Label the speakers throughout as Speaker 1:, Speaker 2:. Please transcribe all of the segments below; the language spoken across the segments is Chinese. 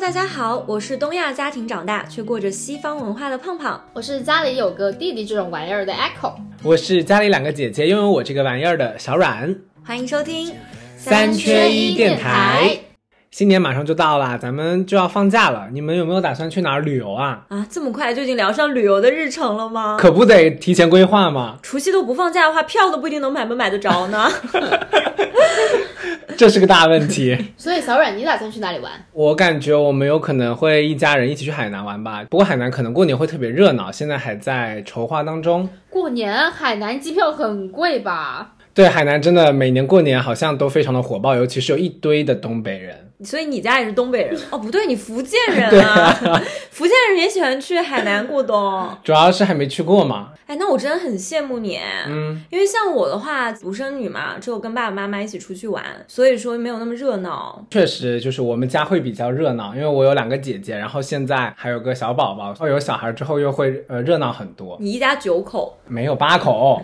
Speaker 1: 大家好，我是东亚家庭长大却过着西方文化的胖胖。
Speaker 2: 我是家里有个弟弟这种玩意儿的 Echo，
Speaker 3: 我是家里两个姐姐拥有我这个玩意儿的小阮。
Speaker 1: 欢迎收听
Speaker 3: 三缺一电
Speaker 2: 台
Speaker 3: 台。新年马上就到了，咱们就要放假了，你们有没有打算去哪儿旅 游啊？
Speaker 1: 啊，这么快就已经聊上旅游的日程了吗？
Speaker 3: 可不得提前规划嘛，
Speaker 1: 除夕都不放假的话，票都不一定能买不买得着呢。
Speaker 3: 这是个大 问题。
Speaker 2: 所以小阮，你打算去哪里玩？
Speaker 3: 我感觉我们有可能会一家人一起去海南玩吧，不过海南可能过年会特别热闹，现在还在筹划当中。
Speaker 2: 过年海南机票很贵吧？
Speaker 3: 对，海南真的每年过年好像都非常的火爆，尤其是有一堆的东北人。
Speaker 1: 所以你家也是东 北人哦？不对，你福建人
Speaker 3: 对
Speaker 1: 啊。
Speaker 3: 啊，
Speaker 1: 福建人也喜欢去海南过冬。
Speaker 3: 主要是还没去过嘛。
Speaker 1: 哎，那我真的很羡慕你。
Speaker 3: 嗯，
Speaker 1: 因为像我的话，独生女嘛，只有跟爸爸妈妈一起出去玩，所以说没有那么热闹。
Speaker 3: 确实，就是我们家会比较热闹，因为我有两个姐姐，然后现在还有个小宝宝，哦，有小孩之后又会呃热闹很多，
Speaker 1: 你一家九口，
Speaker 3: 没有 八口，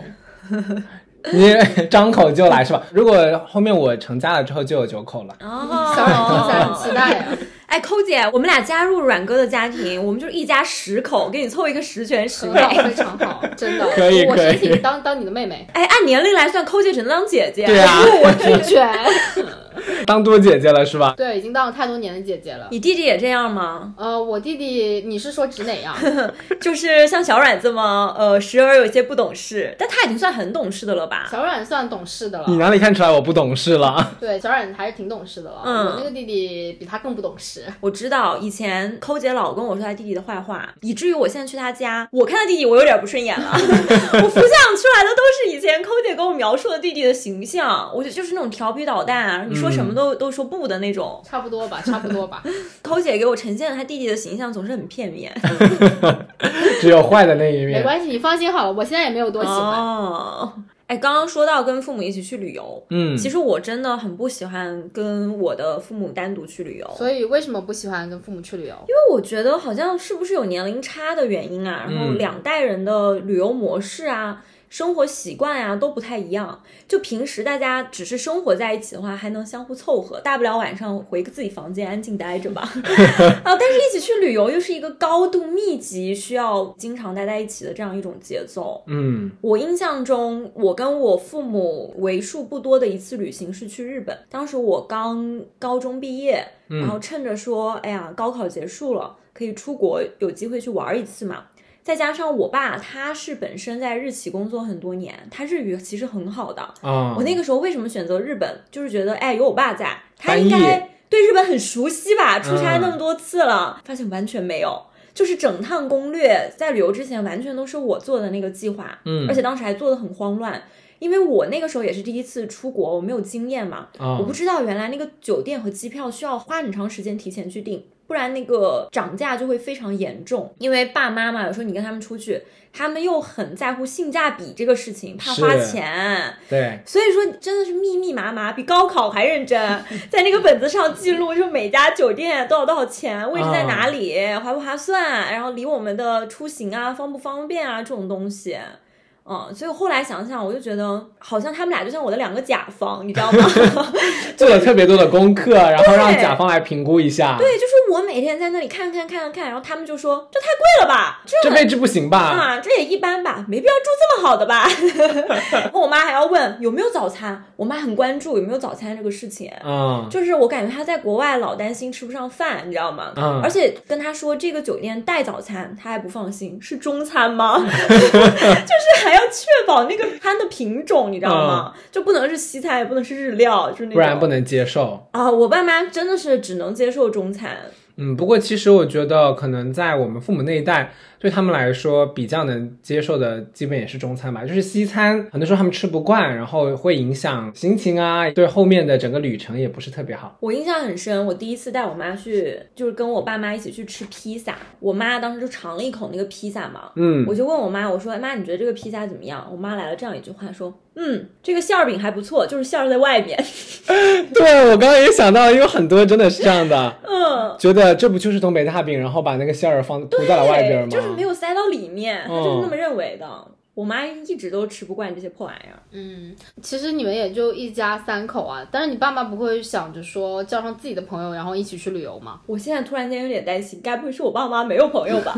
Speaker 3: 你张口就来是吧？如果后面我成家了之后就有九口了，
Speaker 1: 哦
Speaker 2: 小阮听起来很期待啊！
Speaker 1: 哎，抠姐，我们俩加入阮哥的家庭，我们就是一家十口，给你凑一个十全十
Speaker 2: 很
Speaker 1: 美
Speaker 2: 好，。非常好，真的。
Speaker 3: 可以
Speaker 2: 我
Speaker 3: 可
Speaker 2: 申
Speaker 3: 以
Speaker 2: 请当当你的妹妹，
Speaker 1: 哎，按年龄来算，抠姐只能当姐姐。
Speaker 3: 对啊，
Speaker 2: 我拒绝。
Speaker 3: 当多姐姐了是吧？
Speaker 2: 对，已经当了太多年的姐姐了。
Speaker 1: 你弟弟也这样吗？
Speaker 2: 呃，我弟弟，你是说指哪 样？
Speaker 1: 就是像小阮这么，呃，时而有一些不懂事，但他已经算很懂事的了吧？
Speaker 2: 小阮算懂事的
Speaker 3: 你
Speaker 2: 了，
Speaker 3: 哪里看出来我不懂事了？
Speaker 2: 对，小阮还是挺懂事的了。
Speaker 1: 嗯
Speaker 2: 我那个弟弟比他更不懂事。
Speaker 1: 我知道以前抠姐老跟我说她弟弟的坏话，以至于我现在去她家，我看她弟弟，我有点不顺 眼了。我浮想出来的都是以前抠姐跟我描述的弟弟的形象，我觉得就是那种调皮捣蛋啊，你说
Speaker 3: 嗯
Speaker 1: 什么都、都说不的那种。
Speaker 2: 差不多吧，差不 多吧。
Speaker 1: 抠姐给我呈现的她弟弟的形象总是很片面。
Speaker 3: 只有坏的那一
Speaker 2: 没
Speaker 3: 面。
Speaker 2: 关系，你放心好了，我现在也没有多喜欢。
Speaker 1: 哦，哎，刚刚说到跟父母一起去旅游，
Speaker 3: 嗯，
Speaker 1: 其实我真的很不喜欢跟我的父母单独去旅游，
Speaker 2: 所以为什么不喜欢跟父母去旅游？
Speaker 1: 因为我觉得好像是不是有年龄差的原因啊，然后
Speaker 3: 嗯
Speaker 1: 两代人的旅游模式啊。生活习惯啊都不太一样，就平时大家只是生活在一起的话，还能相互凑合，大不了晚上回自己房间安静待着吧。啊，但是一起去旅游又是一个高度密集、需要经常待在一起的这样一种节奏。
Speaker 3: 嗯，
Speaker 1: 我印象中，我跟我父母为数不多的一次旅行是去日本。当时我刚高中毕业，
Speaker 3: 嗯
Speaker 1: 然后趁着说，哎呀，高考结束了，可以出国，有机会去玩一次嘛。再加上我爸，他是本身在日企工作很多年，他日语其实很好的。
Speaker 3: 啊、
Speaker 1: 我那个时候为什么选择日本，就是觉得，哎，有我爸在，他
Speaker 3: 翻
Speaker 1: 应
Speaker 3: 译
Speaker 1: 该对日本很熟悉吧？出差
Speaker 3: 嗯
Speaker 1: 那么多次了，发现完全没有。就是整趟攻略在旅游之前，完全都是我做的那个计划。
Speaker 3: 嗯
Speaker 1: 而且当时还做的很慌乱，因为我那个时候也是第一次出国，我没有经验嘛，
Speaker 3: 啊、
Speaker 1: 我不知道原来那个酒店和机票需要花很长时间提前去订，不然那个涨价就会非常严重。因为爸妈嘛，有时候你跟他们出去，他们又很在乎性价比这个事情，怕
Speaker 3: 是
Speaker 1: 花钱，
Speaker 3: 对，
Speaker 1: 所以说真的是密密麻麻，比高考还认真，在那个本子上记录，就每家酒店多少多少钱，位置在哪里，划不划算，然后离我们的出行啊方不方便啊这种东西。嗯，所以后来想想，我就觉得好像他们俩就像我的两个甲方，你知道吗？
Speaker 3: 做了特别多的功课，然后让甲方来评估一下，
Speaker 1: 对，就是我每天在那里看看看看看，然后他们就说这太贵了吧，这
Speaker 3: 这配置不行吧？
Speaker 1: 啊，这也一般吧，没必要住这么好的吧。 然后我妈还要问有没有早餐，我妈很关注有没有早餐这个事情。
Speaker 3: 嗯，
Speaker 1: 就是我感觉他在国外老担心吃不上饭，你知道吗？
Speaker 3: 嗯
Speaker 1: 而且跟他说这个酒店带早餐，他还不放心，是中餐吗？ 就是还要确保那个餐的品种，你知道吗？就不能是西餐，也不能是日料，就是那种。
Speaker 3: 嗯不然不能接受。
Speaker 1: 啊！我爸妈真的是只能接受中餐，
Speaker 3: 嗯，不过其实我觉得，可能在我们父母那一代，对他们来说比较能接受的，基本也是中餐吧。就是西餐，很多时候他们吃不惯，然后会影响心情啊，对后面的整个旅程也不是特别好。
Speaker 1: 我印象很深，我第一次带我妈去，就是跟我爸妈一起去吃披萨，我妈当时就尝了一口那个披萨嘛，
Speaker 3: 嗯
Speaker 1: 我就问我妈，我说哎妈，你觉得这个披萨怎么样？我妈来了这样一句话，说，嗯，这个馅儿饼还不错，就是馅儿在外面，
Speaker 3: 对我刚刚也想到，有很多真的是这样的，
Speaker 1: 嗯，
Speaker 3: 觉得这不就是 东 北大饼，然后把那个馅儿放涂在了外边吗？哦
Speaker 1: 就是没有塞到里面，他就是那么认为的。我妈一直都吃不惯这些破玩意儿。
Speaker 2: 嗯，其实你们也就一家三口啊，但是你爸妈不会想着说叫上自己的朋友，然后一起去旅游吗？
Speaker 1: 我现在突然间有点担心，该不会是我爸妈没有朋友 吧？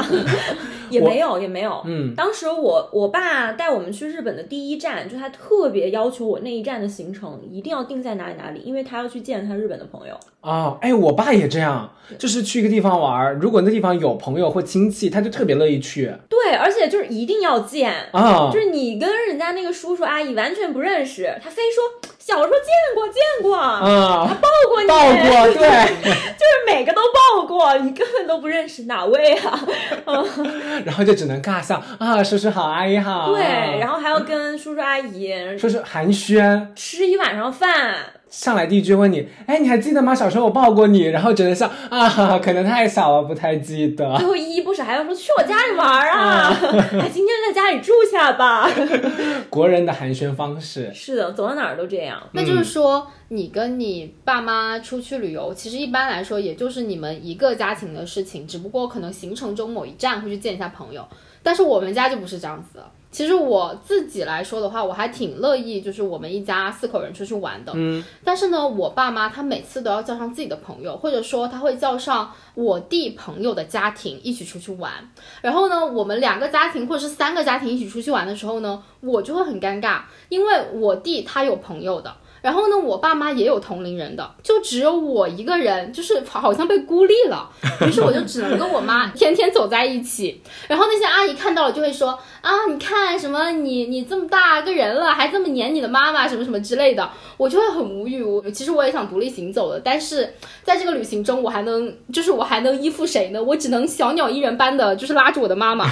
Speaker 1: 也没有，也没有。
Speaker 3: 嗯，
Speaker 1: 当时我我爸带我们去日本的第一站，就他特别要求我那一站的行程一定要定在哪里哪里，因为他要去见他日本的朋友。
Speaker 3: 哦，哎，我爸也这样，就是去一个地方玩儿，如果那地方有朋友或亲戚，他就特别乐意去
Speaker 1: 对，而且就是一定要见。
Speaker 3: 啊。
Speaker 1: 就是你跟人家那个叔叔阿姨完全不认识，他非说小时候见过见过，
Speaker 3: 啊，
Speaker 1: 抱过你，
Speaker 3: 抱过，对，
Speaker 1: 就是每个都抱过，你根本都不认识哪位啊？
Speaker 3: 然后就只能尬笑啊，叔叔好，阿姨好，
Speaker 1: 对，然
Speaker 3: 后
Speaker 1: 后还要跟叔叔阿姨
Speaker 3: 说是寒暄，
Speaker 1: 吃一晚上饭，
Speaker 3: 上来第一句问你，哎，你还记得吗？小时候我抱过你，然后只能笑啊，可能太小了，不太记得。
Speaker 1: 最后依依不舍还要说去我家里玩儿啊， 哎，今天在家里住下吧。
Speaker 3: 国人的寒暄方式，
Speaker 1: 是的，走到哪儿都这样。
Speaker 2: 那就是说，你跟你爸妈出去旅游，其实一般来说也就是你们一个家庭的事情，只不过可能行程中某一站会去见一下朋友。但是我们家就不是这样子的。其实我自己来说的话，我还挺乐意，就是我们一家四口人出去玩的。嗯，但是呢，我爸妈他每次都要叫上自己的朋友，或者说他会叫上我弟朋友的家庭一起出去玩。然后呢，我们两个家庭或者是三个家庭一起出去玩的时候呢，我就会很尴尬，因为我弟他有朋友的。然后呢，我爸妈也有同龄人的，就只有我一个人，就是好像被孤立了。于是我就只能跟我妈 天天走在一起。然后那些阿姨看到了就会说啊，你看什么你你这么大个人了，还这么黏你的妈妈什么什么之类的，我就会很无语。我其实我也想独立行走的，但是在这个旅行中，我还能就是我还能依附谁呢？我只能小鸟依人般的，就是拉着我的妈妈。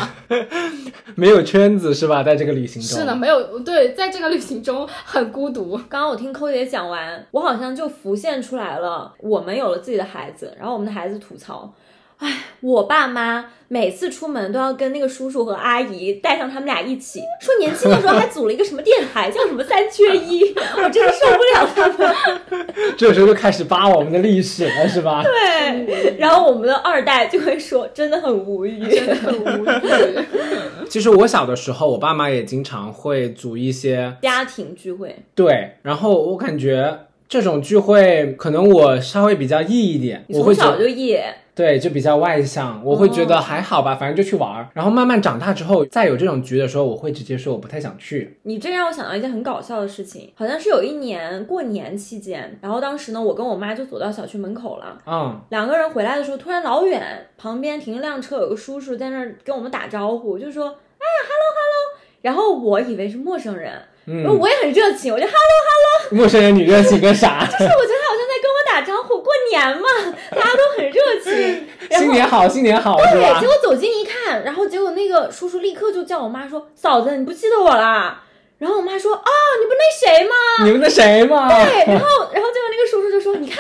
Speaker 3: 没有圈子是吧？在这个旅行中，
Speaker 2: 是呢，没有对，在这个旅行中很孤独。
Speaker 1: 刚刚我听抠姐讲完，我好像就浮现出来了，我们有了自己的孩子，然后我们的孩子吐槽。哎，我爸妈每次出门都要跟那个叔叔和阿姨带上他们俩一起，说年轻的时候还组了一个什么电台，叫什么三缺一，我真是受不了他们。
Speaker 3: 这时候就开始扒我们的历史了是吧？
Speaker 1: 对，然后我们的二代就会说，真的很无语。
Speaker 2: 很无语。
Speaker 3: 其实我小的时候，我爸妈也经常会组一些
Speaker 1: 家庭聚会，
Speaker 3: 对，然后我感觉这种聚会可能我稍微比较 E 一点，
Speaker 1: 你
Speaker 3: 我
Speaker 1: 从
Speaker 3: 会觉
Speaker 1: 小
Speaker 3: 得
Speaker 1: 就野，
Speaker 3: 对就比较外向，我会觉
Speaker 1: 哦
Speaker 3: 得还好吧，反正就去玩儿。然后慢慢长大之后，再有这种局的时候，我会直接说我不太想去。
Speaker 1: 你这让我想到一件很搞笑的事情，好像是有一年过年期间，然后当时呢，我跟我妈就走到小区门口了。
Speaker 3: 嗯，
Speaker 1: 两个人回来的时候，突然老远旁边停一辆车，有个叔叔在那儿跟我们打招呼，就说：“哎呀，hello hello。”然后我以为是陌生人，
Speaker 3: 嗯
Speaker 1: 然后我也很热情，我就 hello，
Speaker 3: 陌生人你热情个啥？
Speaker 1: 就是我觉得他好像在跟我打招呼，过年嘛， 大家都很热情。然
Speaker 3: 新
Speaker 1: 后
Speaker 3: 年好，新年好嗯是
Speaker 1: 对，
Speaker 3: 吧
Speaker 1: 结？果走近一看，然后结果那个叔叔立刻就叫我妈说：“嫂子，你不记得我啦？”然后我妈说：“啊，你不那谁吗？”
Speaker 3: 你们那谁嘛？
Speaker 1: 对，然后然后结果那个叔叔就说：“你看，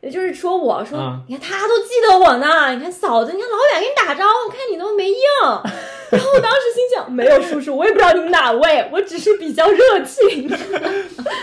Speaker 1: 也就是说我说，
Speaker 3: 啊
Speaker 1: 你看他都记得我呢，你看嫂子，你看老远给你打招呼，看你都没应。”然后我当时心想：“没有叔叔，我也不知道你们哪位，我只是比较热情。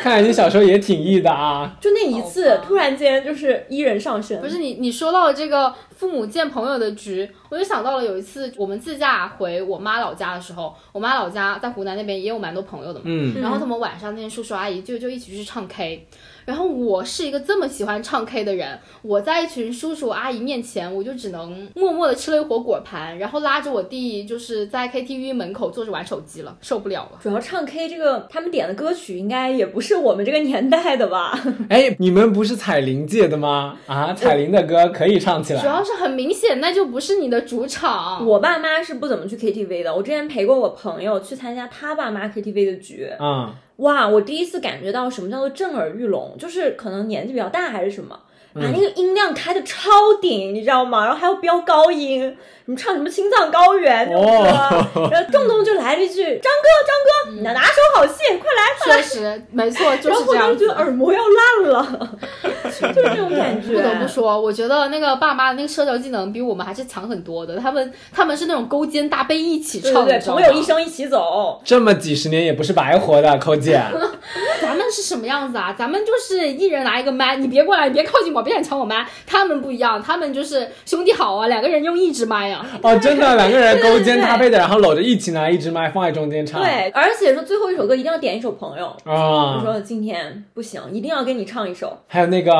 Speaker 3: 看来你小时候也挺 E 的啊”。
Speaker 1: 就那一
Speaker 2: 好
Speaker 1: 次
Speaker 2: 吧，
Speaker 1: 突然间就是一人上身，
Speaker 2: 不是你，你说到这个父母见朋友的局，我就想到了有一次我们自驾回我妈老家的时候，我妈老家在湖南那边也有蛮多朋友的嘛。
Speaker 3: 嗯，
Speaker 2: 然后他们晚上那些叔叔阿姨就就一起去唱 K，然后我是一个这么喜欢唱 K 的人，我在一群叔叔阿姨面前，我就只能默默的吃了一会儿果盘，然后拉着我弟就是在 KTV 门口坐着玩手机了，受不了 了。
Speaker 1: 主要唱 K 这个，他们点的歌曲应该也不是我们这个年代的吧？
Speaker 3: 哎，你们不是彩铃界的吗？啊，彩铃的歌可以唱起
Speaker 2: 主要
Speaker 3: 来。
Speaker 2: 是很明显，那就不是你的主场。
Speaker 1: 我爸妈是不怎么去 KTV 的。我之前陪过我朋友去参加他爸妈 KTV 的局，
Speaker 3: 嗯，
Speaker 1: 哇，我第一次感觉到什么叫做震耳欲聋，就是可能年纪比较大还是什么，把那个音量开的超顶，你知道吗？然后还要飙高音，什么唱什么青藏高原那种歌，然后动不动就来了一句张哥张哥，你哪手好戏，快来！
Speaker 2: 确实，没错，就
Speaker 1: 嗯然
Speaker 2: 是
Speaker 1: 后
Speaker 2: 这
Speaker 1: 我当
Speaker 2: 样
Speaker 1: 时觉
Speaker 2: 子
Speaker 1: 得。耳膜要烂了， 就是这种感觉。
Speaker 2: 不得不说，我觉得那个爸妈的那个社交技能比我们还是强很多的。他们他们是那种勾肩搭背一起
Speaker 1: 对
Speaker 2: 唱，
Speaker 1: 对对，
Speaker 2: 你知道
Speaker 1: 朋友
Speaker 2: 吗
Speaker 3: 啊
Speaker 1: 一生一起走。
Speaker 3: 这么几十年也不是白活的，寇姐。
Speaker 2: 咱们们是什么样子啊？咱们就是一人拿一个麦，你别过来，你别靠近我，别想抢我麦。他们不一样，他们就是兄弟好啊，两个人用一支麦啊。
Speaker 3: 哦，真的，两个人勾肩
Speaker 1: 对
Speaker 3: 搭背的，然后搂着一起拿一支麦放在中间唱。
Speaker 1: 对，而且说最后一首歌一定要点一首朋友。我
Speaker 3: 啊，
Speaker 1: 说今天不行，一定要跟你唱一首
Speaker 3: 还有那个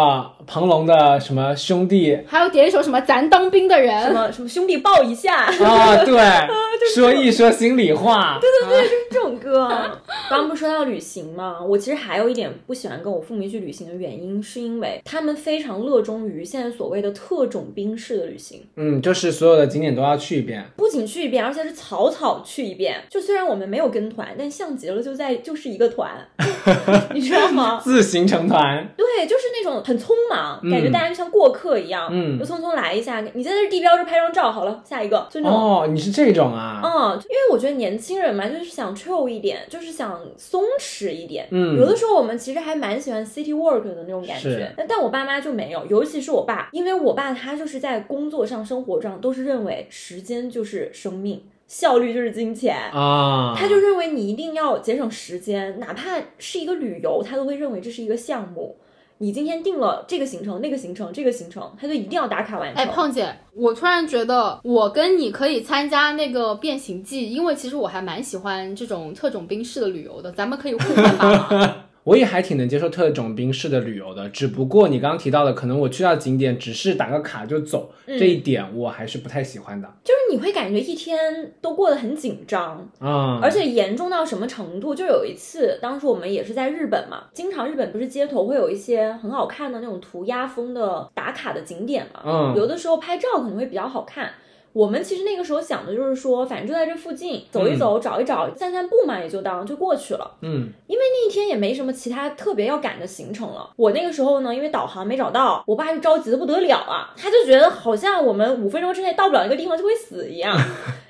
Speaker 3: 庞龙的什么兄 弟
Speaker 2: 还有点一首什么咱当兵的
Speaker 1: 什
Speaker 2: 人，
Speaker 1: 么什么兄弟抱一下，
Speaker 3: 啊，对， 说一说心里话。
Speaker 1: 这种歌。刚刚不是说到旅行吗？我其实还有一点不喜欢跟我父母一起旅行的原因，是因为他们非常热衷于现在所谓的特种兵式的旅行。
Speaker 3: 嗯，就是所有的景点都要去一遍。
Speaker 1: 不仅去一遍，而且是草草去一遍。就虽然我们没有跟团，但像极了就在就是一个 团，你知道吗？
Speaker 3: 自行成团，
Speaker 1: 对，就是那种很匆忙，
Speaker 3: 嗯
Speaker 1: 感觉大家就像过客一样，
Speaker 3: 嗯
Speaker 1: 就匆匆来一下。你在这地标这拍张照好了，下一个就那种。
Speaker 3: 哦，你是这种啊？
Speaker 1: 嗯，因为我觉得年轻人嘛，就是想 chill 一点，就是想松弛一点。
Speaker 3: 嗯
Speaker 1: 有的时候我们其实还蛮喜欢 city work 的那种感
Speaker 3: 是
Speaker 1: 觉，但但我爸妈就没有，尤其是我爸，因为我爸他就是在工作上、生活上都是认为时间就是生命，效率就是金钱。
Speaker 3: 啊，
Speaker 1: 他就认为你一定要节省时间，哪怕是一个旅游，他都会认为这是一个项目。你今天定了这个行程、那个行程、这个行程，他就一定要打卡完成。
Speaker 2: 哎，胖姐，我突然觉得我跟你可以参加那个《变形记》，因为其实我还蛮喜欢这种特种兵式的旅游的，咱们可以互换爸妈。
Speaker 3: 我也还挺能接受特种兵式的旅游的，只不过你刚刚提到的，可能我去到景点只是打个卡就走，
Speaker 1: 嗯
Speaker 3: 这一点我还是不太喜欢的
Speaker 1: 就是你会感觉一天都过得很紧张，
Speaker 3: 啊。
Speaker 1: 而且严重到什么程度？就有一次，当时我们也是在日本嘛，经常日本不是街头会有一些很好看的那种涂鸦风的打卡的景点嘛，
Speaker 3: 嗯
Speaker 1: 有的时候拍照可能会比较好看。我们其实那个时候想的就是说，反正就在这附近走一走、找一找、散散步嘛，也就当就过去了。
Speaker 3: 嗯，
Speaker 1: 那一天也没什么其他特别要赶的行程了。我那个时候呢，因为导航没找到，我爸就着急的不得了啊，他就觉得好像我们五分钟之内到不了一个地方就会死一样。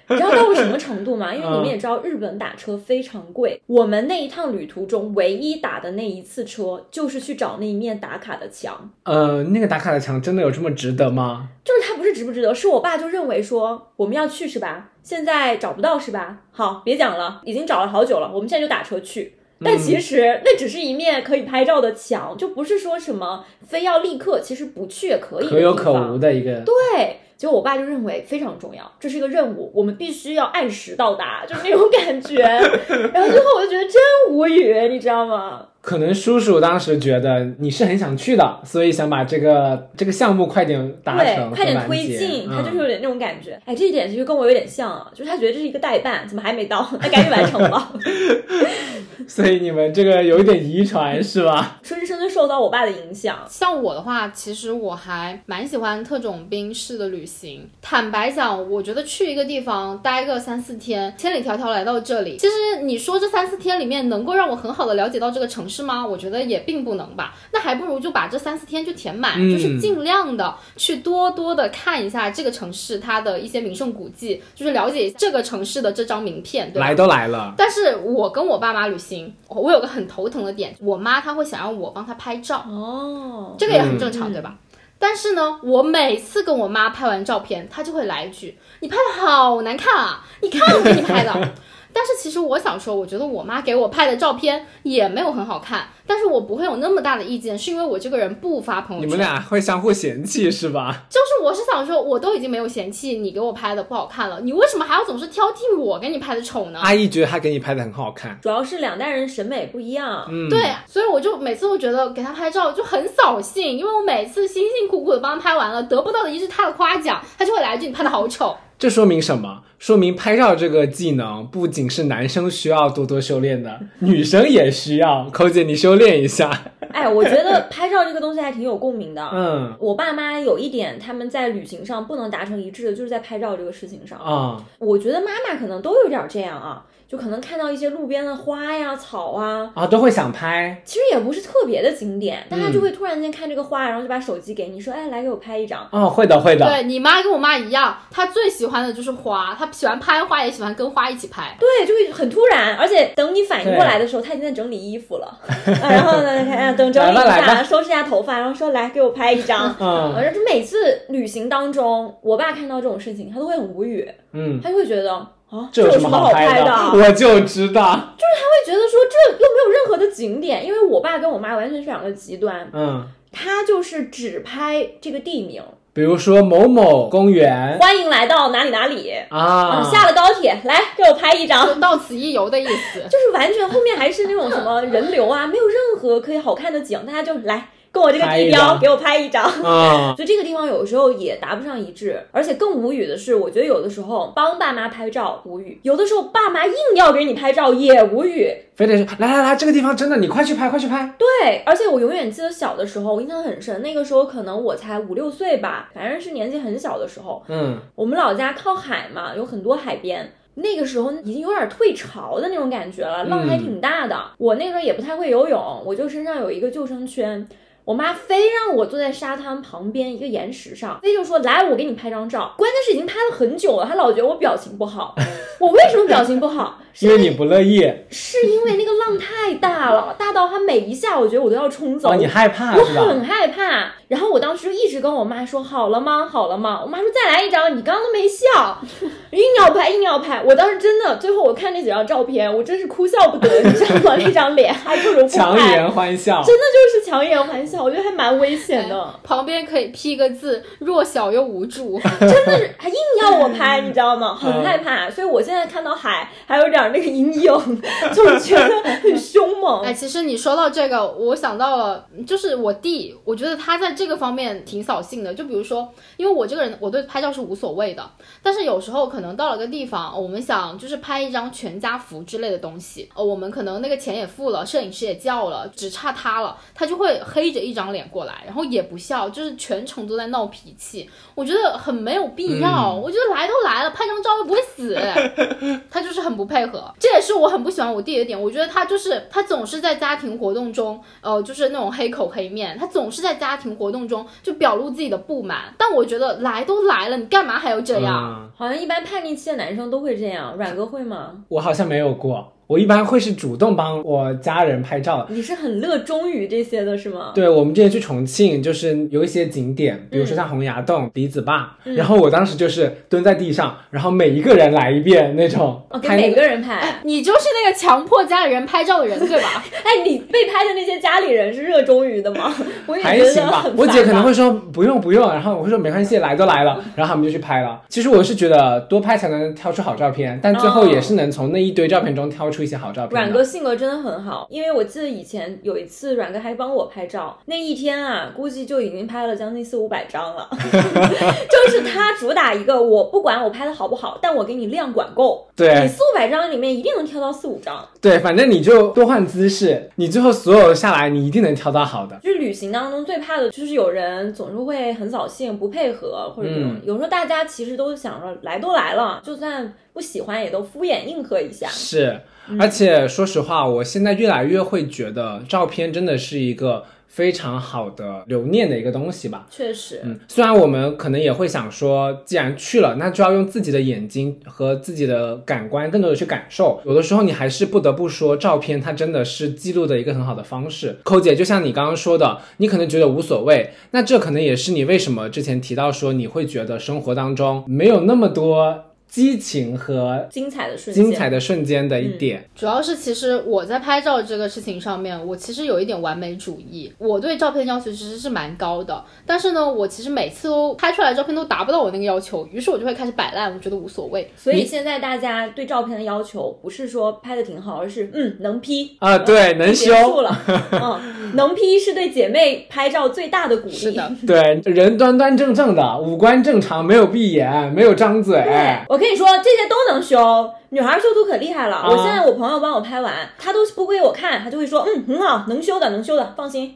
Speaker 1: 你知道到什么程度吗？因为你们也知道，日本打车非常贵。我们那一趟旅途中，唯一打的那一次车，就是去找那一面打卡的墙。
Speaker 3: 呃，那个打卡的墙真的有这么值得吗？
Speaker 1: 就是他不是值不值得，是我爸就认为说我们要去是吧？现在找不到是吧？好，别讲了，已经找了好久了，我们现在就打车去。
Speaker 3: 嗯
Speaker 1: 但其实那只是一面可以拍照的墙，就不是说什么非要立刻，其实不去也可以的
Speaker 3: 可有可
Speaker 1: 地方
Speaker 3: 无的一个，
Speaker 1: 对，结果我爸就认为非常重要，这是一个任务，我们必须要按时到达，就是那种感 觉。然后最后我就觉得真无语，你知道吗？
Speaker 3: 可能叔叔当时觉得你是很想去的，所以想把这个这个项目快点达
Speaker 1: 对
Speaker 3: 成，，
Speaker 1: 快点
Speaker 3: 和完
Speaker 1: 推
Speaker 3: 结
Speaker 1: 进，他
Speaker 3: 嗯
Speaker 1: 就是有点那种感觉。哎，这一点其实跟我有点像啊，就是他觉得这是一个代办，怎么还没到？那赶紧完成吧。
Speaker 3: 所以你们这个有一点遗传是 吧？
Speaker 1: 深深的受到我爸的影响。
Speaker 2: 像我的话，其实我还蛮喜欢特种兵式的旅行。坦白讲，我觉得去一个地方待个三四天，千里迢迢来到这里，其实你说这三四天里面能够让我很好的了解到这个城市吗？我觉得也并不能吧。那还不如就把这三四天就填满，
Speaker 3: 嗯
Speaker 2: 就是尽量的去多多的看一下这个城市它的一些名胜古迹，就是了解一下这个城市的这张名片，对吧？
Speaker 3: 来都来了，
Speaker 2: 但是我跟我爸妈旅行，我有个很头疼的点，我妈她会想让我帮她拍照，
Speaker 1: 哦，
Speaker 2: 这个也很正常，
Speaker 1: 嗯
Speaker 2: 对吧？但是呢，我每次跟我妈拍完照片，她就会来一句：“你拍的好难看啊！你看我给你 拍的。”但是其实我想说，我觉得我妈给我拍的照片也没有很好看，但是我不会有那么大的意见，是因为我这个人不发朋友
Speaker 1: 嗯
Speaker 3: 你
Speaker 2: 圈。
Speaker 3: 们俩会相互嫌弃是吧？
Speaker 2: 就是我是想说，我都已经没有嫌弃你给我拍的不好看了，你为什么还要总是挑剔我给你拍的丑呢？
Speaker 3: 阿姨觉得她给你拍的很好看，
Speaker 1: 主要是两代人审美不一样。
Speaker 3: 嗯，
Speaker 2: 对，所以我就每次都觉得给他拍照就很扫兴，因为我每次辛辛苦苦的帮他拍完了，得不到的一是他的夸奖，他就会来一句你拍的好丑。
Speaker 3: 这说明什么？说明拍照这个技能不仅是男生需要多多修炼的，女生也需要。寇姐，你修炼一下。
Speaker 1: 哎，我觉得拍照这个东西还挺有共鸣的。
Speaker 3: 嗯
Speaker 1: 我爸妈有一点，他们在旅行上不能达成一致的，就是在拍照这个事情上。
Speaker 3: 啊、
Speaker 1: 我觉得妈妈可能都有点儿这样啊，就可能看到一些路边的花呀、草啊，
Speaker 3: 啊，都会想拍。
Speaker 1: 其实也不是特别的景点，但她
Speaker 3: 嗯
Speaker 1: 就会突然间看这个花，然后就把手机给你说，哎，来给我拍一张。
Speaker 3: 哦，会的，会的。
Speaker 2: 对你妈跟我妈一样，她最喜欢的就是花，她喜欢拍花，也喜欢跟花一起拍。
Speaker 1: 对，就会很突然，而且等你反应过来的时候，她已经在整理衣 服了。啊然后呢，看等整理一
Speaker 3: 来吧来吧
Speaker 1: 下，收拾一下头发，然后说来给我拍一张。
Speaker 3: 嗯
Speaker 1: 反正就每次旅行当中，我爸看到这种事情，他都会很无语，
Speaker 3: 嗯，
Speaker 1: 他就会觉得啊，
Speaker 3: 这
Speaker 1: 有
Speaker 3: 有
Speaker 1: 什
Speaker 3: 什么
Speaker 1: 好
Speaker 3: 好
Speaker 1: 拍
Speaker 3: 的？
Speaker 1: 的啊？
Speaker 3: 我就知道。
Speaker 1: 会觉得说这又没有任何的景点，因为我爸跟我妈完全是两个极端，
Speaker 3: 嗯，
Speaker 1: 他就是只拍这个地名，
Speaker 3: 比如说某某公园
Speaker 1: 欢迎来到哪里哪里。
Speaker 3: 啊，
Speaker 1: 下了高铁，来给我拍一张，
Speaker 2: 就到此一游的意 思。
Speaker 1: 就 是完全后面还是那种什么人流啊，没有任何可以好看的景，大家就来跟我这个
Speaker 3: 拍一
Speaker 1: 地标
Speaker 3: 张
Speaker 1: 给我拍一张。
Speaker 3: 啊，
Speaker 1: 所以这个地方有时候也达不上一致，而且更无语的是，我觉得有的时候帮爸妈拍照无语，有的时候爸妈硬要给你拍照也无语。
Speaker 3: 非得说来来来，这个地方真的，你快去拍，快去拍。
Speaker 1: 对，而且我永远记得小的时候，我印象很深，那个时候可能我才五六岁吧，反正是年纪很小的时候。
Speaker 3: 嗯，
Speaker 1: 我们老家靠海嘛，有很多海边。那个时候已经有点退潮的那种感觉了，浪
Speaker 3: 嗯
Speaker 1: 还挺大的。我那个时候也不太会游泳，我就身上有一个救生圈。我妈非让我坐在沙滩旁边一个岩石上，非就说来我给你拍张照。关键是已经拍了很久了，她老觉得我表情不好。我为什么表情不好？
Speaker 3: 因为你不乐意，
Speaker 1: 是因为那个浪太大了，大到它每一下我觉得我都要冲走。
Speaker 3: 哦，你害怕
Speaker 1: 我
Speaker 3: 是吧
Speaker 1: 很？害怕。然后我当时就一直跟我妈说好了吗？好了吗？我妈说再来一张，你刚刚都没 笑，硬要拍硬要拍。我当时真的，最后我看那几张照片，我真是哭笑不得，你知道吗？ 那张脸还不如不
Speaker 3: 强
Speaker 1: 拍。
Speaker 3: 颜啊欢笑，
Speaker 1: 真的就是强颜欢笑，我觉得还蛮危险
Speaker 3: 哎
Speaker 1: 的，
Speaker 2: 旁边可以批个字，弱小又无助。
Speaker 3: 哦
Speaker 1: 真的是还硬要我拍，你知道吗？
Speaker 3: 嗯
Speaker 1: 很害怕，所以我现在看到海还有点儿那个阴影，就是觉得很凶 猛
Speaker 2: 哎，。其实你说到这个，我想到了，就是我弟，我觉得他在这个方面挺扫兴的。就比如说，因为我这个人，我对拍照是无所谓的，但是有时候可能到了个地方，我们想就是拍一张全家福之类的东西，呃，我们可能那个钱也付了，摄影师也叫了，只差他了，他就会黑着一张脸过来，然后也不笑，就是全程都在闹脾气，我觉得很没有必要。我觉得来都来了，拍张照又不会死。他就是很不配合，这也是我很不喜欢我弟的点。我觉得他就是他总是在家庭活动中，呃，就是那种黑口黑面，他总是在家庭活动中就表露自己的不满。但我觉得来都来了，你干嘛还要这样？
Speaker 3: 嗯
Speaker 1: 好像一般叛逆期的男生都会这样，阮哥会吗？
Speaker 3: 我好像没有过，我一般会是主动帮我家人拍照的。
Speaker 1: 你是很乐衷于这些的是吗？
Speaker 3: 对我们之前去重庆，就是有一些景点，比如说像洪崖洞、笛子坝，然后我当时就是蹲在地上，然后每一个人来一遍那种
Speaker 1: 哦，，给
Speaker 3: 拍那
Speaker 1: 每
Speaker 3: 个
Speaker 1: 个人拍。
Speaker 2: 你就是那个强迫家里人拍照的人，对吧？
Speaker 1: 哎，你被拍的那些家里人是热衷于的吗？ 我也
Speaker 3: 还
Speaker 1: 觉
Speaker 3: 行
Speaker 1: 得
Speaker 3: 吧
Speaker 1: 很。
Speaker 3: 我姐
Speaker 1: 烦
Speaker 3: 可能
Speaker 1: 吧
Speaker 3: 会说不用不用，然后我会说没关系，来都来了，然后他们就去拍了。其实我是觉得多拍才能挑出好照片，但最后也是能从那一堆照片中挑出一些好照片
Speaker 1: 哦
Speaker 3: 的。
Speaker 1: 阮哥性格真的很好，因为我记得以前有一次阮哥还帮我拍照，那一天啊，估计就已经拍了将近四五百张了。 就是他主打一个，我不管我拍的好不好，但我给你量管够，你
Speaker 3: 对
Speaker 1: 四五百张里面一定能挑到四五张。
Speaker 3: 对，反正你就多换姿势，你最后所有下来你一定能挑到好的。
Speaker 1: 就是旅行当中最怕的就是有人总是会很扫兴、不配合，或者这种。
Speaker 3: 嗯
Speaker 1: 有时候大家其实都想着来都来了，就算不喜欢也都敷衍应和一下。
Speaker 3: 是，
Speaker 1: 嗯
Speaker 3: 而且说实话，我现在越来越会觉得照片真的是一个非常好的留念的一个东西吧。
Speaker 1: 确实，
Speaker 3: 嗯，虽然我们可能也会想说，既然去了，那就要用自己的眼睛和自己的感官更多的去感受。有的时候你还是不得不说，照片它真的是记录的一个很好的方式。扣姐，就像你刚刚说的，你可能觉得无所谓，那这可能也是你为什么之前提到说你会觉得生活当中没有那么多激情和
Speaker 1: 精彩的瞬间，嗯
Speaker 3: 精彩的瞬间的一点。
Speaker 2: 主要是其实我在拍照这个事情上面，我其实有一点完美主义，我对照片要求其实是蛮高的。但是呢，我其实每次都拍出来的照片都达不到我那个要求，于是我就会开始摆烂，我觉得无所谓。
Speaker 1: 所以现在大家对照片的要求不是说拍的挺好，而是嗯能 P
Speaker 3: 啊，对，能
Speaker 1: 结束
Speaker 3: 修，
Speaker 1: 了，嗯，能 P 是对姐妹拍照最大 的鼓励。
Speaker 2: 是的，
Speaker 3: 对，人端端正正的，五官正常，没有闭眼，没有张嘴，
Speaker 1: 对，我跟你说，这些都能修。女孩修图可厉害了，我现在我朋友帮我拍完，她都不归我看，她就会说，嗯，很好，能修的，能修的，放心，